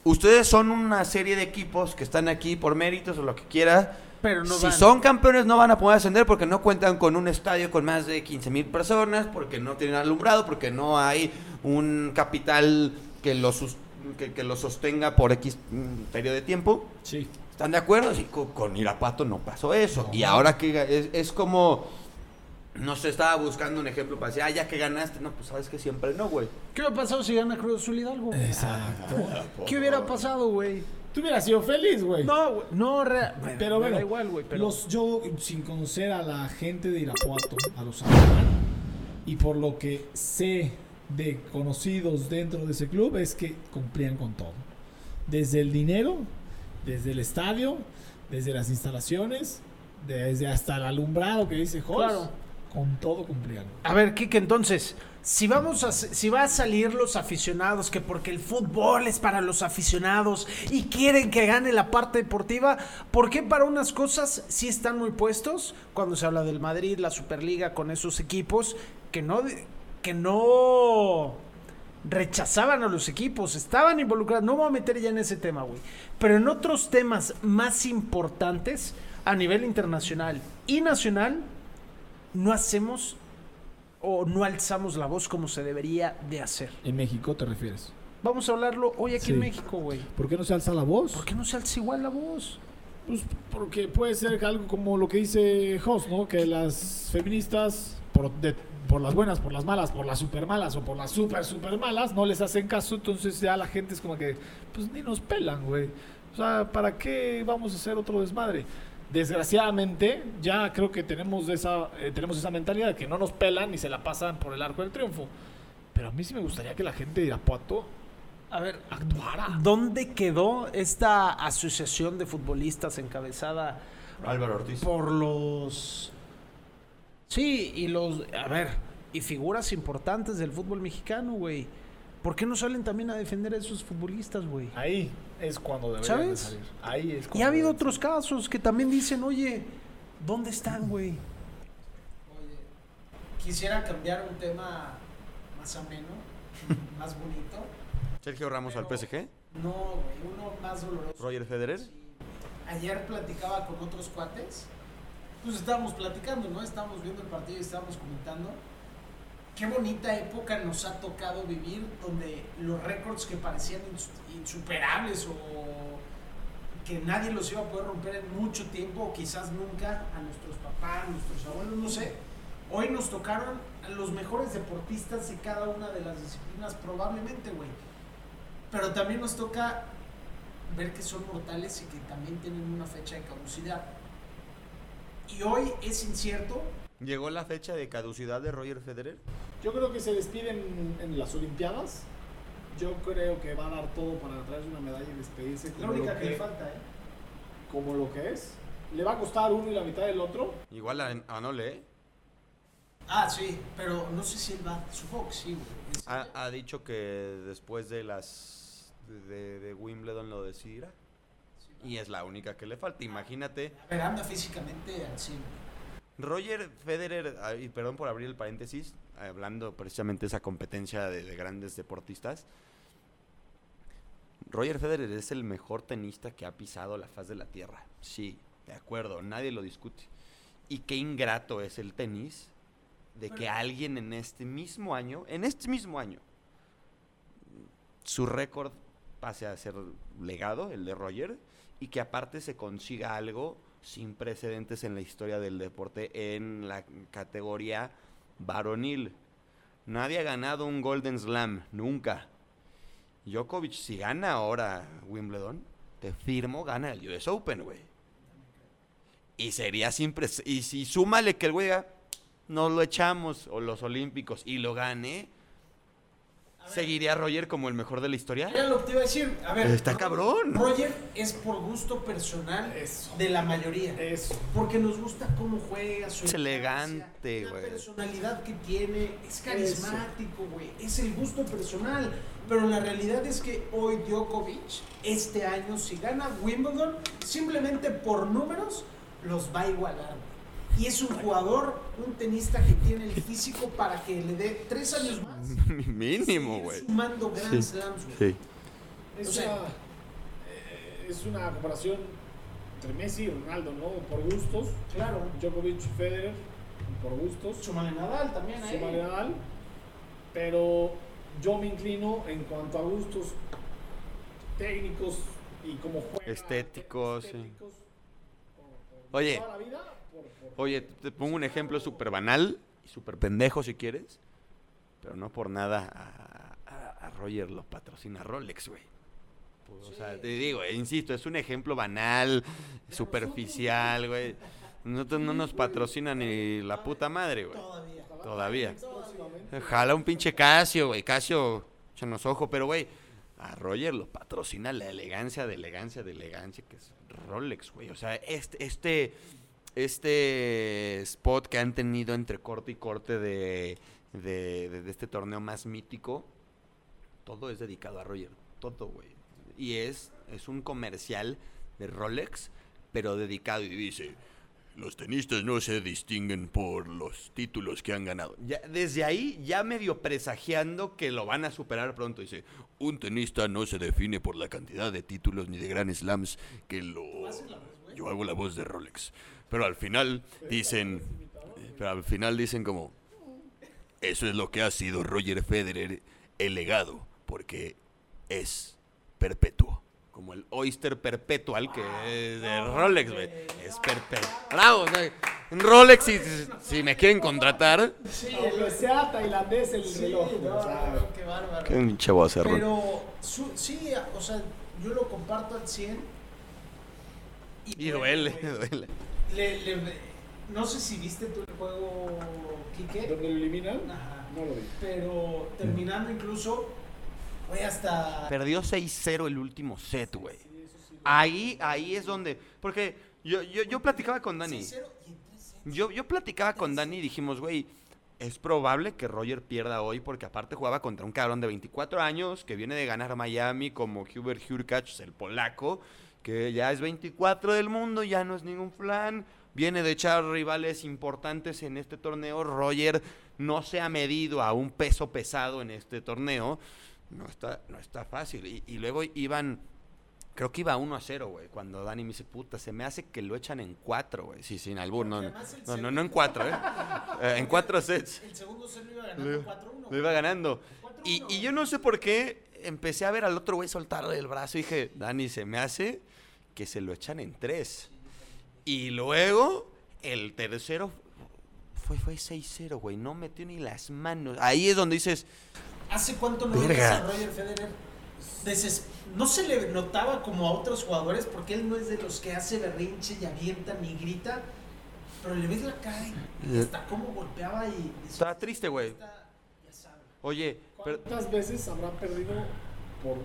Speaker 2: Ustedes son una serie de equipos que están aquí por méritos o lo que quiera.
Speaker 1: Pero no
Speaker 2: si
Speaker 1: van.
Speaker 2: son campeones no van a poder ascender porque no cuentan con un estadio con más de 15 mil personas, porque no tienen alumbrado, porque no hay un capital que los, sus- que, que los sostenga por X mm, periodo de tiempo.
Speaker 3: Sí.
Speaker 2: ¿Están de acuerdo? Sí, co- con, Irapuato no pasó eso. Y ahora que ga- es, es como, no sé, estaba buscando un ejemplo para decir, ah, ya que ganaste, no, pues sabes que siempre no, güey.
Speaker 1: ¿Qué hubiera pasado si gana Cruz Azul Hidalgo?
Speaker 3: Exacto.
Speaker 1: ¿Qué hubiera pasado, güey?
Speaker 3: Tú hubieras sido feliz, güey.
Speaker 1: No, güey, no, re- me-
Speaker 3: Pero
Speaker 1: me
Speaker 3: bueno,
Speaker 1: da igual, güey, pero...
Speaker 3: los, yo sin conocer a la gente de Irapuato, a los Alemán, y por lo que sé de conocidos dentro de ese club, es que cumplían con todo. Desde el dinero, desde el estadio, desde las instalaciones, desde hasta el alumbrado que dice Jos.
Speaker 1: Claro.
Speaker 3: Con todo cumplían.
Speaker 1: A ver, Kike, entonces, si vamos a si va a salir los aficionados que porque el fútbol es para los aficionados y quieren que gane la parte deportiva, ¿por qué para unas cosas sí están muy puestos cuando se habla del Madrid, la Superliga con esos equipos que no de- que no rechazaban a los equipos, estaban involucrados. No me voy a meter ya en ese tema, güey. Pero en otros temas más importantes a nivel internacional y nacional, no hacemos o no alzamos la voz como se debería de hacer.
Speaker 3: En México te refieres.
Speaker 1: Vamos a hablarlo hoy aquí
Speaker 3: Sí.
Speaker 1: en México, güey.
Speaker 3: ¿Por qué no se alza la voz?
Speaker 1: ¿Por qué no se alza igual la voz?
Speaker 3: Pues porque puede ser algo como lo que dice Hoss, ¿no? Que las feministas, por, de- por las buenas, por las malas, por las super malas o por las super super malas, no les hacen caso, entonces ya la gente es como que, pues ni nos pelan, güey. O sea, ¿para qué vamos a hacer otro desmadre? Desgraciadamente, ya creo que tenemos esa, eh, tenemos esa mentalidad de que no nos pelan y se la pasan por el arco del triunfo. Pero a mí sí me gustaría que la gente de Irapuato
Speaker 1: A ver,
Speaker 3: actuara.
Speaker 1: Ah. ¿dónde quedó esta asociación de futbolistas encabezada
Speaker 2: Álvaro Ortiz.
Speaker 1: por los... Sí, y los... A ver, y figuras importantes del fútbol mexicano, güey. ¿Por qué no salen también a defender a esos futbolistas, güey?
Speaker 3: Ahí es cuando deberían de
Speaker 1: ¿Sabes?
Speaker 3: salir. Ahí es
Speaker 1: Y
Speaker 3: cuando
Speaker 1: ha habido
Speaker 3: deben
Speaker 1: otros casos que también dicen, oye, ¿dónde están, güey?
Speaker 9: Quisiera cambiar un tema más ameno, más bonito.
Speaker 2: Sergio Ramos al PSG,
Speaker 9: No, güey, uno más doloroso.
Speaker 2: Roger Federer.
Speaker 9: Ayer platicaba con otros cuates. Pues estábamos platicando, ¿no? Estábamos viendo el partido y estábamos comentando. Qué bonita época nos ha tocado vivir donde los récords que parecían ins- insuperables o que nadie los iba a poder romper en mucho tiempo, o quizás nunca, a nuestros papás, a nuestros abuelos, no sé. Hoy nos tocaron a los mejores deportistas de cada una de las disciplinas, probablemente, güey. Pero también nos toca ver que son mortales y que también tienen una fecha de caducidad. Y hoy es incierto
Speaker 2: ¿Llegó la fecha de caducidad de Roger Federer?
Speaker 3: Yo creo que se despiden en las Olimpiadas. Yo creo que va a dar todo para traerse una medalla y despedirse
Speaker 1: La
Speaker 3: como,
Speaker 1: única
Speaker 3: lo
Speaker 1: que le
Speaker 3: que,
Speaker 1: falta, ¿eh?
Speaker 3: como lo que es. Le va a costar uno y la mitad del otro.
Speaker 2: Igual a, a Nole, ¿eh?
Speaker 1: Ah, sí, pero no sé si él va. Supongo que sí, güey. Es-
Speaker 2: Ha, ha dicho que después de las de, de Wimbledon lo decidirá. Y es la única que le falta. Imagínate,
Speaker 1: A ver, anda físicamente al 100.
Speaker 2: Roger Federer, ah, y perdón por abrir el paréntesis, hablando precisamente de esa competencia de, de grandes deportistas. Roger Federer es el mejor tenista que ha pisado la faz de la tierra. Sí, de acuerdo, nadie lo discute. Y qué ingrato es el tenis de que alguien en este mismo año, en este mismo año, su récord pase a ser legado, el de Roger, y que aparte se consiga algo sin precedentes en la historia del deporte en la categoría varonil. Nadie ha ganado un Golden Slam, nunca. Djokovic, si gana ahora Wimbledon, te firmo, gana el US Open, güey. Y sería sin prece- Y si súmale que el güey diga, nos lo echamos, o los Olímpicos, y lo gane, ¿seguiría Roger como el mejor de la historia?
Speaker 1: Era lo que te iba a decir. A ver.
Speaker 2: Está cabrón.
Speaker 1: Roger es por gusto personal
Speaker 3: Eso.
Speaker 1: de la mayoría.
Speaker 3: Eso.
Speaker 1: Porque nos gusta cómo juega, su
Speaker 2: Es
Speaker 1: elegancia,
Speaker 2: elegante,
Speaker 1: La
Speaker 2: güey.
Speaker 1: personalidad que tiene, es carismático, güey. Es el gusto personal. Pero la realidad es que hoy Djokovic, este año, si gana Wimbledon, simplemente por números, los va a igualar, güey. Y es un jugador, un tenista que tiene el físico para que le dé tres años más. y
Speaker 2: Mínimo,
Speaker 1: seguir
Speaker 2: güey.
Speaker 1: Sumando Grand
Speaker 2: Sí,
Speaker 1: Slams, güey.
Speaker 2: Sí.
Speaker 3: Es,
Speaker 1: O sea-
Speaker 3: una, eh, es una comparación entre Messi y Ronaldo, ¿no? Por gustos.
Speaker 1: Claro.
Speaker 3: Djokovic y Federer, por gustos.
Speaker 1: Súmale Nadal también ahí.
Speaker 3: Súmale Nadal. Pero yo me inclino en cuanto a gustos técnicos y como juega.
Speaker 2: Estéticos, sí.
Speaker 3: estéticos, por- por
Speaker 2: Oye.
Speaker 3: toda la vida, por- por-
Speaker 2: Oye, te pongo un ejemplo súper banal y súper pendejo si quieres, pero no por nada a, a- a Roger lo patrocina Rolex, güey. Pues, O sea, te digo, eh, insisto, es un ejemplo banal, superficial, güey. Nosotros no nos patrocina ni la puta madre, güey.
Speaker 1: Todavía.
Speaker 2: Todavía.
Speaker 3: próximamente.
Speaker 2: Jala un pinche Casio, güey. Casio, nos ojo, pero güey, a Roger lo patrocina la elegancia de elegancia de elegancia que es Rolex, güey. O sea, este, este, este spot que han tenido entre corte y corte de, de, de- de este torneo más mítico, todo es dedicado a Roger. Todo, güey. Y es, es un comercial de Rolex, pero dedicado y dice. Los tenistas no se distinguen por los títulos que han ganado. Ya, desde ahí, ya medio presagiando que lo van a superar pronto. Dice, un tenista no se define por la cantidad de títulos ni de gran slams que lo... Yo hago la voz de Rolex. Pero al final dicen... Pero al final dicen como... Eso es lo que ha sido Roger Federer, el legado, porque es perpetuo. Como el Oyster Perpetual, que es de Rolex, güey. Es perpetuo. Bravo, güey. Rolex, si, si me quieren contratar.
Speaker 1: Sí,
Speaker 3: Aunque sea tailandés el
Speaker 1: Sí,
Speaker 3: reloj.
Speaker 1: no,
Speaker 3: o sea,
Speaker 1: no, qué bárbaro.
Speaker 2: pinche voz,
Speaker 1: Pero su- sí, o sea, yo lo comparto al 100.
Speaker 2: Y duele, duele.
Speaker 1: Le- le- no sé si viste tú el juego, Quique.
Speaker 3: ¿Dónde lo eliminan?
Speaker 1: Ajá.
Speaker 3: No lo vi.
Speaker 1: Pero terminando incluso, fue hasta...
Speaker 2: Perdió 6-0 el último set, güey. Ahí, ahí es donde. Porque yo, yo, yo platicaba con Dani.
Speaker 1: 6-0 y en 3-0.
Speaker 2: Yo, yo platicaba con Dani y dijimos, güey, es probable que Roger pierda hoy porque aparte jugaba contra un cabrón de 24 años que viene de ganar Miami como Hubert Hurkacz, el polaco, que ya es 24 del mundo, ya no es ningún flan, viene de echar rivales importantes en este torneo. Roger no se ha medido a un peso pesado en este torneo. No está, no está fácil. Y, y luego iban... Creo que iba 1 a 0, güey, cuando Dani me dice, puta, se me hace que lo echan en 4, güey. Sí, sin albur, no, no,
Speaker 1: además el
Speaker 2: no, no,
Speaker 1: segundo-
Speaker 2: no en 4, ¿eh? Eh, en 4 sets.
Speaker 1: El segundo set lo iba
Speaker 2: Lo-
Speaker 1: ganando 4-1.
Speaker 2: Lo iba ganando. Y,
Speaker 1: 4-1.
Speaker 2: y yo no sé por qué empecé a ver al otro güey soltar el brazo y dije, Dani, se me hace que se lo echan en tres. Y luego el tercero fue, fue 6-0, güey. No metió ni las manos. Ahí es donde dices,
Speaker 1: ¿Hace cuánto no
Speaker 2: Verga.
Speaker 1: ves a Roger Federer? Deses- no se le notaba como a otros jugadores porque él no es de los que hace berrinche y avienta ni grita. Pero le ves la cara y hasta cómo golpeaba y...
Speaker 2: está triste, güey.
Speaker 1: Está-
Speaker 2: Oye, pero-
Speaker 3: ¿Cuántas veces habrá perdido por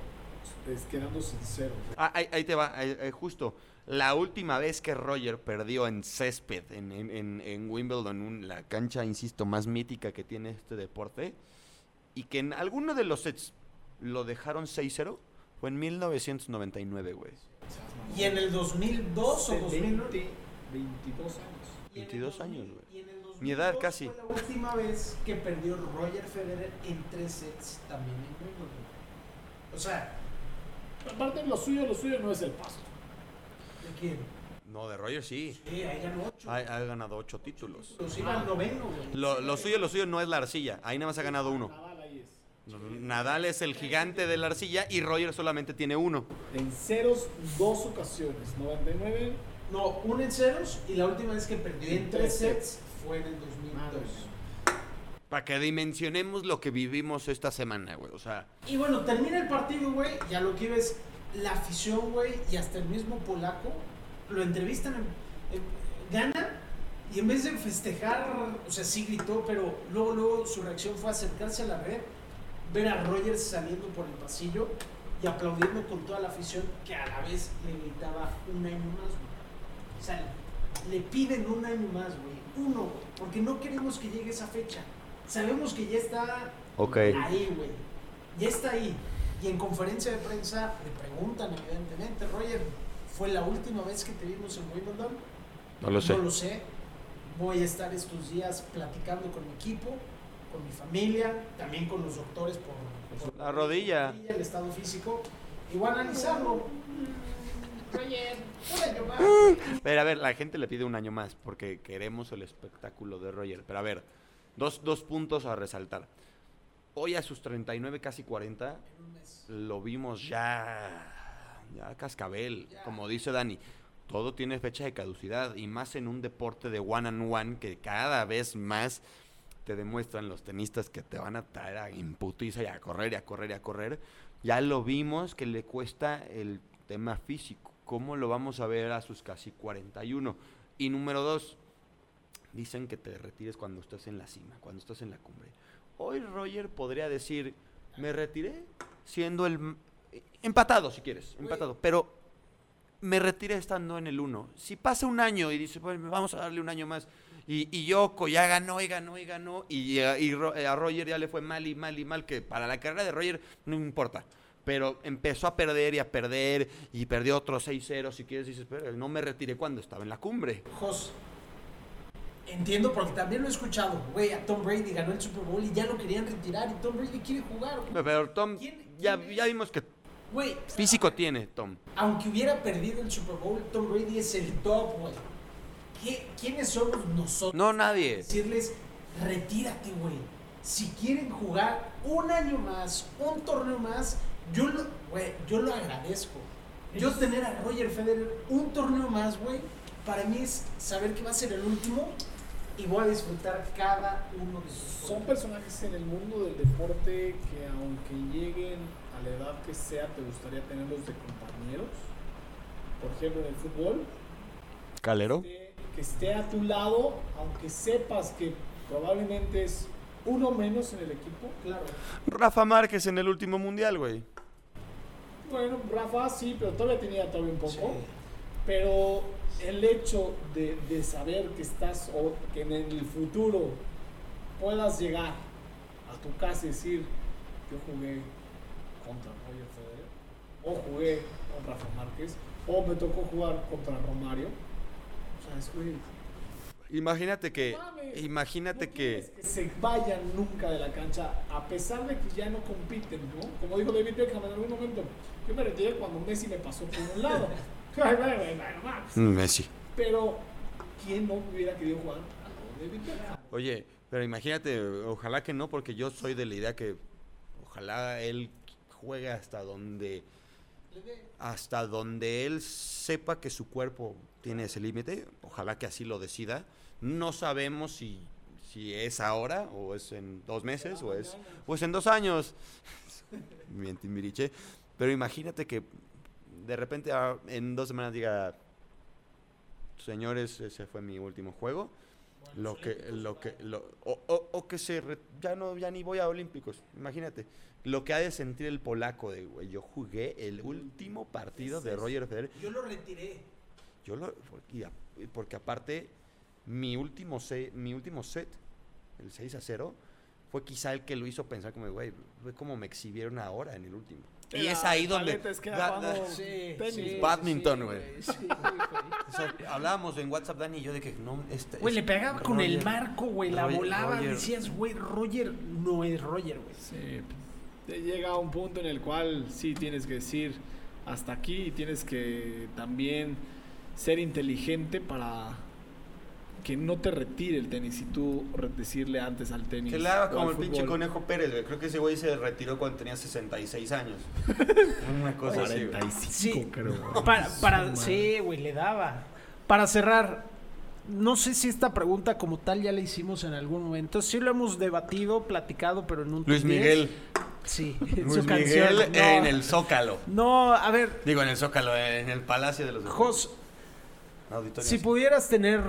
Speaker 3: es, quedando sincero?
Speaker 2: Ah, ahí, ahí te va, ahí- ahí justo. La última vez que Roger perdió en césped, en, en- en- en Wimbledon, un- la cancha, insisto, más mítica que tiene este deporte, y que en alguno de los sets lo dejaron 6-0, fue en 1999, güey.
Speaker 1: Y en el 2002 o 2001.
Speaker 3: 22 años.
Speaker 2: 22 años, güey.
Speaker 1: Y en el 2002
Speaker 2: Mi edad casi.
Speaker 1: Fue la última vez que perdió Roger Federer en tres sets también en Wimbledon. O sea,
Speaker 3: Aparte, lo suyo, lo suyo no es el pasto.
Speaker 1: ¿de quién?
Speaker 2: No, de Roger sí.
Speaker 1: Sí, ahí ganó 8.
Speaker 2: Ha, ha ganado 8 títulos.
Speaker 1: Los iba al noveno, güey.
Speaker 2: ah. Lo, lo suyo, lo suyo no es la arcilla. Ahí nada más ha ganado uno.
Speaker 3: Nadal ahí es.
Speaker 2: Nadal es el gigante de la arcilla y Roger solamente tiene uno.
Speaker 3: En ceros, dos ocasiones. 99.
Speaker 1: No, uno en ceros y la última vez que perdió en
Speaker 3: En
Speaker 1: tres
Speaker 3: tres
Speaker 1: sets fue en el 2002.
Speaker 3: Madre mía.
Speaker 2: Para que dimensionemos lo que vivimos esta semana, güey. O sea,
Speaker 1: Y bueno, termina el partido, güey, y a lo que ves la afición, güey, y hasta el mismo polaco, lo entrevistan, en- en- gana, y en vez de festejar, o sea, sí gritó, pero luego, luego su reacción fue acercarse a la red, ver a Rogers saliendo por el pasillo y aplaudiendo con toda la afición que a la vez le gritaba un año más, güey. O sea, le piden un año más, güey, uno, güey, porque no queremos que llegue esa fecha. Sabemos que ya está
Speaker 2: ok.
Speaker 1: Ahí, güey. Ya está ahí. Y en conferencia de prensa le preguntan, evidentemente, Roger, ¿fue la última vez que te vimos en Wimbledon?
Speaker 2: No lo sé.
Speaker 1: No lo sé. Voy a estar estos días platicando con mi equipo, con mi familia, también con los doctores por, por-
Speaker 2: La rodilla.
Speaker 1: el estado físico. Y voy a analizarlo.
Speaker 6: Roger.
Speaker 1: Un año más.
Speaker 2: Pero a ver, la gente le pide un año más porque queremos el espectáculo de Roger. Pero a ver, dos, dos puntos a resaltar. Hoy a sus 39, casi 40,
Speaker 1: En un mes.
Speaker 2: lo vimos ya, ya cascabel, como dice Dani. Todo tiene fecha de caducidad y más en un deporte de one and one que cada vez más te demuestran los tenistas que te van a traer a imputiza y a correr y a correr y a correr. Ya lo vimos que le cuesta el tema físico. ¿Cómo lo vamos a ver a sus casi 41? Y número dos, dicen que te retires cuando estás en la cima, cuando estás en la cumbre. Hoy Roger podría decir, me retiré siendo el... m- Empatado, si quieres, empatado. Pero me retiré estando en el 1. Si pasa un año y dice, "Bueno, vamos a darle un año más. Y, y Yoko ya ganó y ganó y ganó. Y, eh, y Ro- eh, a Roger ya le fue mal y mal y mal. Que para la carrera de Roger no importa. Pero empezó a perder y a perder. Y perdió otros 6-0. Si quieres, dices, pero no me retiré cuando estaba en la cumbre.
Speaker 1: Jos, entiendo porque también lo he escuchado. Güey, a Tom Brady ganó el Super Bowl y ya lo querían retirar y Tom Brady quiere jugar. güey.
Speaker 2: Pero Tom,
Speaker 1: ¿Quién-
Speaker 2: ya,
Speaker 1: quién es?
Speaker 2: ya vimos que
Speaker 1: Güey,
Speaker 2: físico tiene, Tom.
Speaker 1: aunque hubiera perdido el Super Bowl, Tom Brady es el top, güey. ¿Qué- ¿Quiénes somos nosotros?
Speaker 2: No, nadie.
Speaker 1: Decirles, retírate, güey. Si quieren jugar un año más, un torneo más, yo lo, güey, yo lo agradezco. Yo tener a Roger Federer un torneo más, güey, para mí es saber que va a ser el último y voy a disfrutar cada uno de sus
Speaker 3: Son personajes en el mundo del deporte que aunque lleguen a la edad que sea, te gustaría tenerlos de compañeros. Por ejemplo, en el fútbol,
Speaker 2: Calero.
Speaker 3: que que esté a tu lado, aunque sepas que probablemente es uno menos en el equipo.
Speaker 1: Claro.
Speaker 2: Rafa Márquez en el último mundial, güey.
Speaker 3: Bueno, Rafa sí, pero todavía tenía todavía un poco.
Speaker 1: Sí.
Speaker 3: Pero el hecho de, de saber que estás o que en el futuro puedas llegar a tu casa y decir, yo jugué contra Roger Federer, o jugué con Rafa Márquez, o me tocó jugar contra Romario. O sea, es güey,
Speaker 2: Imagínate que.
Speaker 3: mames,
Speaker 2: Imagínate
Speaker 3: no quieres
Speaker 2: que.
Speaker 3: que se vayan nunca de la cancha, a pesar de que ya no compiten, ¿no? Como dijo David Beckham en algún momento, yo me retiré cuando Messi me pasó por un lado. Ay, bueno, bueno, bueno,
Speaker 2: Messi.
Speaker 3: pero, ¿quién no hubiera querido jugar a lo de David Beckham?
Speaker 2: Oye, pero imagínate, ojalá que no, porque yo soy de la idea que. Ojalá él juegue hasta donde. Hasta donde él sepa que su cuerpo tiene ese límite. Ojalá que así lo decida. No sabemos si. Si es ahora, o es en dos meses, o es, o es en dos años. Bien, Timbiriche. Pero imagínate que de repente ah, en dos semanas diga, señores, ese fue mi último juego.
Speaker 10: Lo que, lo que, lo- o, o- o que se, re- ya no, ya ni voy a Olímpicos, imagínate. Lo que ha de sentir el polaco de, güey, yo jugué el último partido de Roger Federer.
Speaker 11: Yo lo retiré.
Speaker 10: Yo lo, y a- porque aparte, mi último, se- mi último set, el 6 a 0, fue quizá el que lo hizo pensar como, güey, ve cómo me exhibieron ahora en el último. Y es ahí donde...
Speaker 12: Es que
Speaker 10: da-
Speaker 12: era
Speaker 10: da-
Speaker 12: jugando
Speaker 1: Sí,
Speaker 12: tenis,
Speaker 1: sí,
Speaker 12: güey.
Speaker 10: Badminton,
Speaker 1: sí,
Speaker 10: güey.
Speaker 1: sí, güey.
Speaker 2: O sea, hablábamos en WhatsApp, Dani y yo, de que no. Este,
Speaker 1: Güey, le
Speaker 2: este,
Speaker 1: pegaba con el
Speaker 2: Roger-
Speaker 1: marco, güey, la
Speaker 2: Roger-
Speaker 1: volaba.
Speaker 2: Roger.
Speaker 1: Decías, güey, Roger no es Roger, güey.
Speaker 3: Sí, te llega a un punto en el cual sí tienes que decir hasta aquí y tienes que también ser inteligente para que no te retire el tenis y tú re- decirle antes al tenis.
Speaker 2: Que le haga
Speaker 3: o
Speaker 2: como
Speaker 3: al
Speaker 2: el pinche
Speaker 3: fútbol.
Speaker 2: conejo Pérez, güey. Creo que ese güey se retiró cuando tenía 66 años. Una cosa así, güey.
Speaker 1: Sí, para, para, sí, güey, le daba. Para cerrar, no sé si esta pregunta como tal ya la hicimos en algún momento. Sí lo hemos debatido, platicado, pero en un top
Speaker 10: Luis
Speaker 1: 10.
Speaker 10: Miguel,
Speaker 1: Sí, en su
Speaker 10: Luis
Speaker 1: canción.
Speaker 10: Miguel
Speaker 1: no,
Speaker 10: en el Zócalo.
Speaker 1: no, a ver,
Speaker 10: Digo, en el Zócalo,
Speaker 2: eh,
Speaker 10: en el Palacio de los
Speaker 1: Jos,
Speaker 2: Auditorio.
Speaker 1: si pudieras tener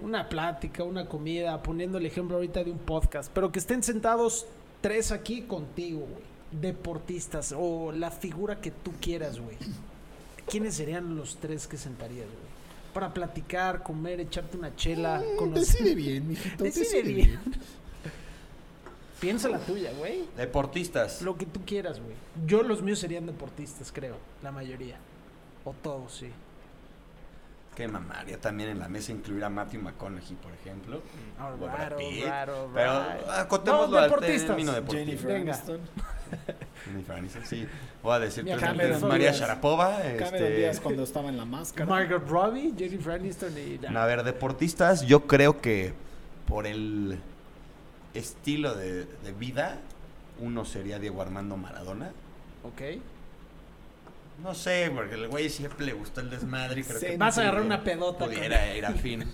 Speaker 1: una plática, una comida, poniendo el ejemplo ahorita de un podcast, pero que estén sentados tres aquí contigo, güey. Deportistas o la figura que tú quieras, güey. ¿Quiénes serían los tres que sentarías, güey? Para platicar, comer, echarte una chela,
Speaker 12: Mm,
Speaker 1: conocer.
Speaker 12: Decide bien, mijito.
Speaker 1: Decide
Speaker 12: Decide
Speaker 1: bien.
Speaker 12: bien.
Speaker 1: Piensa la tuya, güey.
Speaker 2: Deportistas.
Speaker 1: Lo que tú quieras, güey. Yo los míos serían deportistas, creo. La mayoría. O todos, sí.
Speaker 2: Qué mamaria también en la mesa incluir a Matthew McConaughey, por ejemplo.
Speaker 1: All
Speaker 2: O
Speaker 1: right,
Speaker 2: a Brad
Speaker 1: all
Speaker 2: Pitt.
Speaker 1: right, all
Speaker 2: Pero
Speaker 1: right.
Speaker 2: acotémoslo
Speaker 1: No,
Speaker 2: al
Speaker 1: deportistas.
Speaker 2: término deportivo.
Speaker 3: Jennifer
Speaker 1: Venga.
Speaker 3: Aniston.
Speaker 2: Jennifer Aniston, sí. Voy a decir
Speaker 1: Mira,
Speaker 2: tres
Speaker 1: Cameron
Speaker 2: nombres. María
Speaker 3: Díaz.
Speaker 2: Sharapova.
Speaker 3: Cameron
Speaker 2: este,
Speaker 3: Díaz cuando estaba en la máscara.
Speaker 1: Margaret Robbie, Jennifer Aniston y...
Speaker 2: A ver, deportistas, yo creo que por el estilo de, de vida, uno sería Diego Armando Maradona.
Speaker 1: Ok.
Speaker 2: No sé, porque el güey siempre le gustó el desmadre y creo que
Speaker 1: Vas a agarrar una pedota.
Speaker 2: pudiera ir a fin.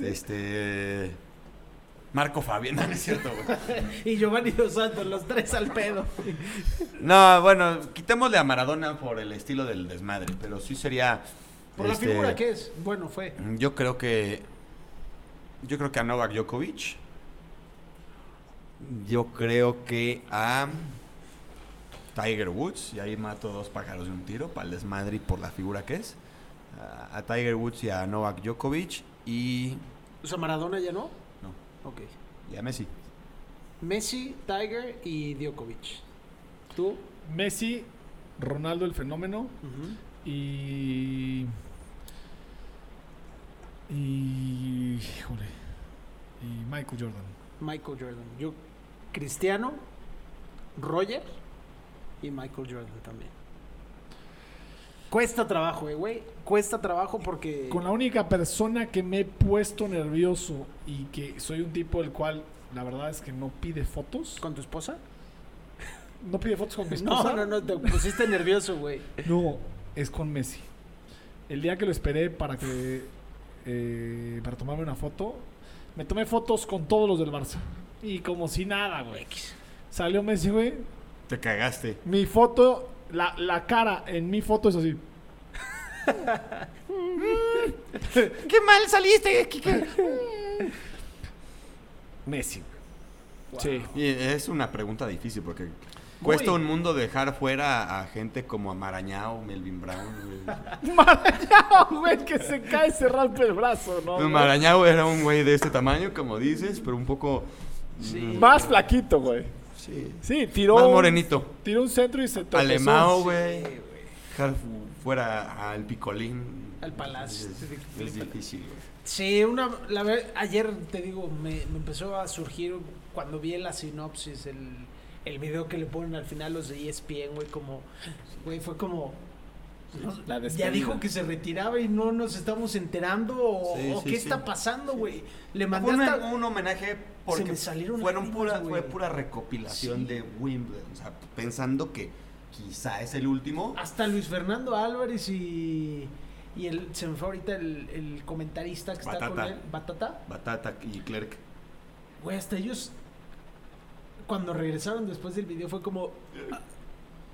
Speaker 2: Este. Marco Fabián, no, no es cierto, güey.
Speaker 1: con- Y Giovanni Dos Santos, los tres al pedo.
Speaker 2: No, bueno, quitémosle a Maradona por el estilo del desmadre, pero sí sería.
Speaker 1: Por
Speaker 2: este, Mm.
Speaker 1: la figura que es. Bueno, fue.
Speaker 2: Yo creo que. Yo creo que a Novak Djokovic. Yo creo que a. Tiger Woods. Y ahí mato dos pájaros de un tiro. Para el desmadre y por la figura que es. A, a Tiger Woods y a Novak Djokovic. Y.
Speaker 1: O sea, Maradona ya no.
Speaker 2: No.
Speaker 1: Ok.
Speaker 2: Y a Messi.
Speaker 1: Messi, Tiger y Djokovic. ¿Tú?
Speaker 3: Messi, Ronaldo el fenómeno
Speaker 1: Ujú.
Speaker 3: y. Y. Híjole. Y Michael Jordan.
Speaker 1: Michael Jordan. Yo, Cristiano, Roger y Michael Jordan también. Cuesta trabajo, eh, güey. Cuesta trabajo porque...
Speaker 3: Con la única persona que me he puesto nervioso y que soy un tipo del cual la verdad es que no pide fotos.
Speaker 1: ¿Con tu esposa?
Speaker 3: No pide fotos con mi
Speaker 1: No,
Speaker 3: esposa.
Speaker 1: no, no, te pusiste nervioso, güey.
Speaker 3: No, es con Messi. El día que lo esperé para que eh, para tomarme una foto, me tomé fotos con todos los del Barça. Y como si nada, güey. Salió Messi, güey.
Speaker 2: Te cagaste.
Speaker 3: Mi foto, la, la cara en mi foto es así.
Speaker 10: ¡Qué mal saliste,
Speaker 3: Messi, güey. Sí.
Speaker 2: Y es una pregunta difícil porque. Cuesta un mundo dejar fuera a gente como a Marañao, Melvin Brown. güey.
Speaker 3: Marañao, güey, que se cae se rompe el brazo, ¿no? güey?
Speaker 2: Marañao era un güey de este tamaño, como dices, pero un poco
Speaker 1: Sí.
Speaker 3: Más flaquito, güey.
Speaker 2: sí,
Speaker 3: Sí, tiró.
Speaker 2: más
Speaker 3: un-
Speaker 2: morenito.
Speaker 3: Tiró un centro y se topó.
Speaker 2: Alemao, güey. Dejar fu- fuera al picolín.
Speaker 1: Al Palacio.
Speaker 2: Es, es difícil, güey.
Speaker 1: Sí, una, la ver- ayer te digo, me, me empezó a surgir cuando vi la sinopsis, el, el video que le ponen al final los de E ESPN, güey, como, güey, fue como... no,
Speaker 3: la
Speaker 1: ya
Speaker 3: despedida.
Speaker 1: dijo que se retiraba y no nos estamos enterando o,
Speaker 2: Sí,
Speaker 1: o
Speaker 2: sí,
Speaker 1: qué
Speaker 2: sí.
Speaker 1: está pasando, güey. Le mandé
Speaker 2: Fue una-
Speaker 1: hasta...
Speaker 2: un homenaje
Speaker 1: Se
Speaker 2: porque
Speaker 1: me salieron
Speaker 2: fueron
Speaker 1: lágrimas,
Speaker 2: pura,
Speaker 1: güey.
Speaker 2: fue pura recopilación
Speaker 1: Sí.
Speaker 2: de Wimbledon. O sea, pensando que quizá es el último.
Speaker 1: Hasta Luis Fernando Álvarez y, y el, se me fue ahorita el, el comentarista que está
Speaker 2: Batata.
Speaker 1: con él, Batata.
Speaker 2: Batata y Clerk.
Speaker 1: Güey, hasta ellos cuando regresaron después del video fue como... "Ah,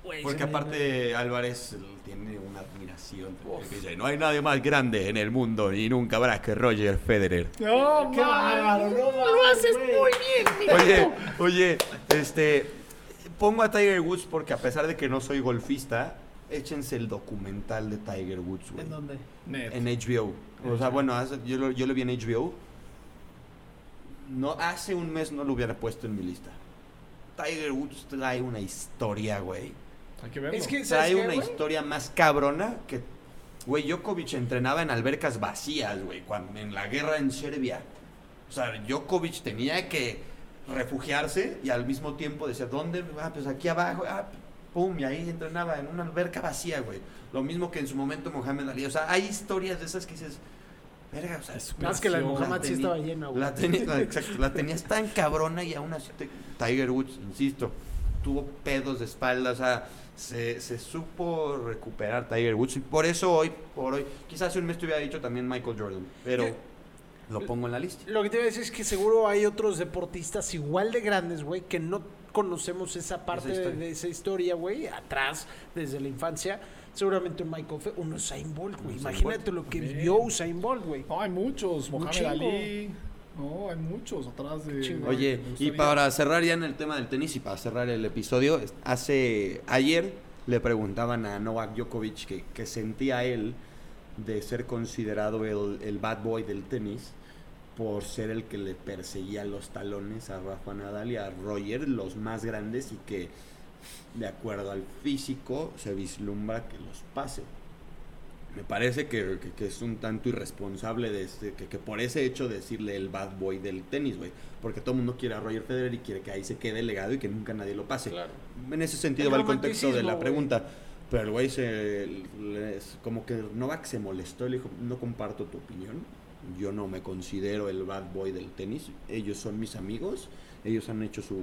Speaker 1: Güey,
Speaker 10: Porque
Speaker 1: se me-
Speaker 10: aparte Álvarez tiene una admiración.
Speaker 2: Que dice, no hay nadie más grande en el mundo y nunca habrá que Roger Federer.
Speaker 3: No,
Speaker 13: Qué bárbaro, no
Speaker 3: Lo haces muy
Speaker 2: Oye, oye, este. Pongo a Tiger Woods porque a pesar de que no soy golfista, échense el documental de Tiger Woods, güey.
Speaker 1: ¿En dónde?
Speaker 4: Net.
Speaker 2: En HBO. O sea, bueno, hace- yo lo, yo lo vi en HBO. No, hace un mes no lo hubiera puesto en mi lista. Tiger Woods trae una historia, güey.
Speaker 4: Hay que verlo.
Speaker 1: Es que- ¿Sabes
Speaker 2: Trae
Speaker 1: qué,
Speaker 2: una
Speaker 1: güey?
Speaker 2: historia más cabrona que... Güey, Djokovic entrenaba en albercas vacías, güey, cuando- en la guerra en Serbia. O sea, Djokovic tenía que refugiarse y al mismo tiempo decía, ¿dónde? Ah, pues aquí abajo. Ah, pum, y ahí entrenaba en una alberca vacía, güey. Lo mismo que en su momento Mohamed Ali. O sea, hay historias de esas que dices, verga, o sea,
Speaker 4: Es
Speaker 1: Más que la de
Speaker 4: La
Speaker 1: Mohamed sí
Speaker 2: teni-
Speaker 1: estaba llena, güey.
Speaker 2: la tenías, la- exacto, la tenías tan cabrona y aún así te- Tiger Woods, insisto, tuvo pedos de espalda, o sea, se, se supo recuperar Tiger Woods y por eso hoy, por hoy, quizás hace un mes te hubiera dicho también Michael Jordan, pero
Speaker 1: Yo-
Speaker 2: lo pongo en la lista.
Speaker 1: Lo que te iba a decir es que seguro hay otros deportistas igual de grandes, güey, que no conocemos esa parte de,
Speaker 2: historia.
Speaker 1: de esa historia, güey, atrás, desde la infancia. Seguramente un Michael Phelps, un Usain Bolt, güey. Imagínate lo que
Speaker 4: también.
Speaker 1: vio Usain Bolt, güey.
Speaker 4: No, hay muchos.
Speaker 1: Un
Speaker 4: Mohamed
Speaker 1: chingo.
Speaker 4: Ali. No, hay muchos atrás de.
Speaker 1: chingo.
Speaker 2: Oye,
Speaker 4: me
Speaker 2: y
Speaker 4: gustaría-
Speaker 2: para cerrar ya en el tema del tenis y para cerrar el episodio, es- hace ayer le preguntaban a Novak Djokovic que, que sentía él de ser considerado el, el bad boy del tenis por ser el que le perseguía los talones a Rafa Nadal y a Roger, los más grandes y que de acuerdo al físico se vislumbra que los pase. Me parece que, que- que es un tanto irresponsable de este- que, que por ese hecho decirle el bad boy del tenis, güey. Porque todo el mundo quiere a Roger Federer y quiere que ahí se quede el legado y que nunca nadie lo pase. En ese sentido
Speaker 1: El
Speaker 2: va el contexto de
Speaker 1: romanticismo,
Speaker 2: la
Speaker 1: güey.
Speaker 2: pregunta. Pero el güey se, les- como que Novak se molestó y le dijo, no comparto tu opinión. Yo no me considero el bad boy del tenis. Ellos son mis amigos. Ellos han hecho su,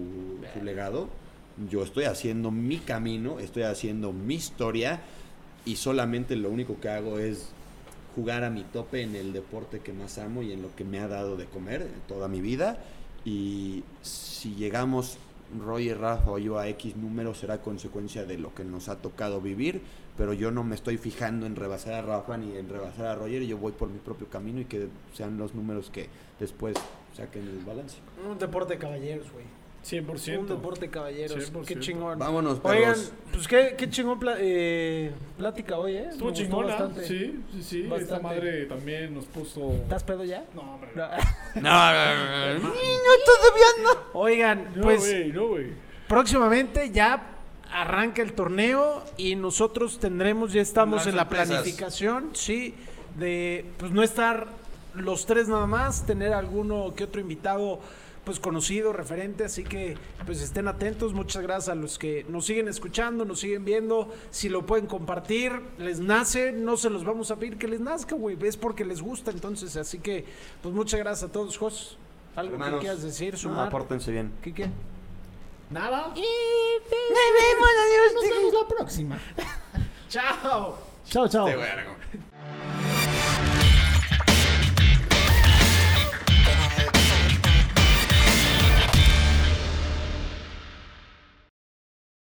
Speaker 2: su legado. Yo estoy haciendo mi camino, estoy haciendo mi historia y solamente lo único que hago es jugar a mi tope en el deporte que más amo y en lo que me ha dado de comer en toda mi vida. Y si llegamos Roger, Rafa o yo a X número será consecuencia de lo que nos ha tocado vivir, pero yo no me estoy fijando en rebasar a Rafa ni en rebasar a Roger, yo voy por mi propio camino y que sean los números que después saquen el balance.
Speaker 1: Un deporte de caballeros, güey.
Speaker 4: 100%.
Speaker 1: Un deporte de caballeros.
Speaker 4: 100%.
Speaker 1: Qué chingón.
Speaker 2: Vámonos,
Speaker 1: Oigan,
Speaker 2: perros.
Speaker 1: pues qué, qué chingón pla- eh, plática hoy, ¿eh?
Speaker 4: Estuvo
Speaker 1: Me gustó
Speaker 4: chingona.
Speaker 1: bastante.
Speaker 4: Sí, sí, sí. Esta
Speaker 1: Bastante.
Speaker 4: madre también nos puso.
Speaker 1: ¿Estás pedo ya?
Speaker 4: No, hombre.
Speaker 1: No.
Speaker 2: No, no, no,
Speaker 1: Oigan,
Speaker 4: No,
Speaker 1: pues...
Speaker 4: güey, no, güey.
Speaker 1: Próximamente ya arranca el torneo y nosotros tendremos, ya estamos
Speaker 2: Más
Speaker 1: en la
Speaker 2: sorpresas.
Speaker 1: planificación, sí, de pues no estar los tres nada más, tener alguno que otro invitado pues conocido, referente, así que pues estén atentos, muchas gracias a los que nos siguen escuchando, nos siguen viendo, si lo pueden compartir, les nace, no se los vamos a pedir que les nazca, güey, es porque les gusta, entonces, así que pues muchas gracias a todos, Jos, algo que
Speaker 2: Hermanos,
Speaker 1: quieras decir,
Speaker 2: no,
Speaker 1: sumar,
Speaker 2: apórtense bien.
Speaker 1: ¿Qué, qué?
Speaker 3: Nada.
Speaker 1: vemos, adiós.
Speaker 3: Nos vemos la próxima.
Speaker 1: Chao.
Speaker 3: Chao, chao.
Speaker 2: Te voy a la-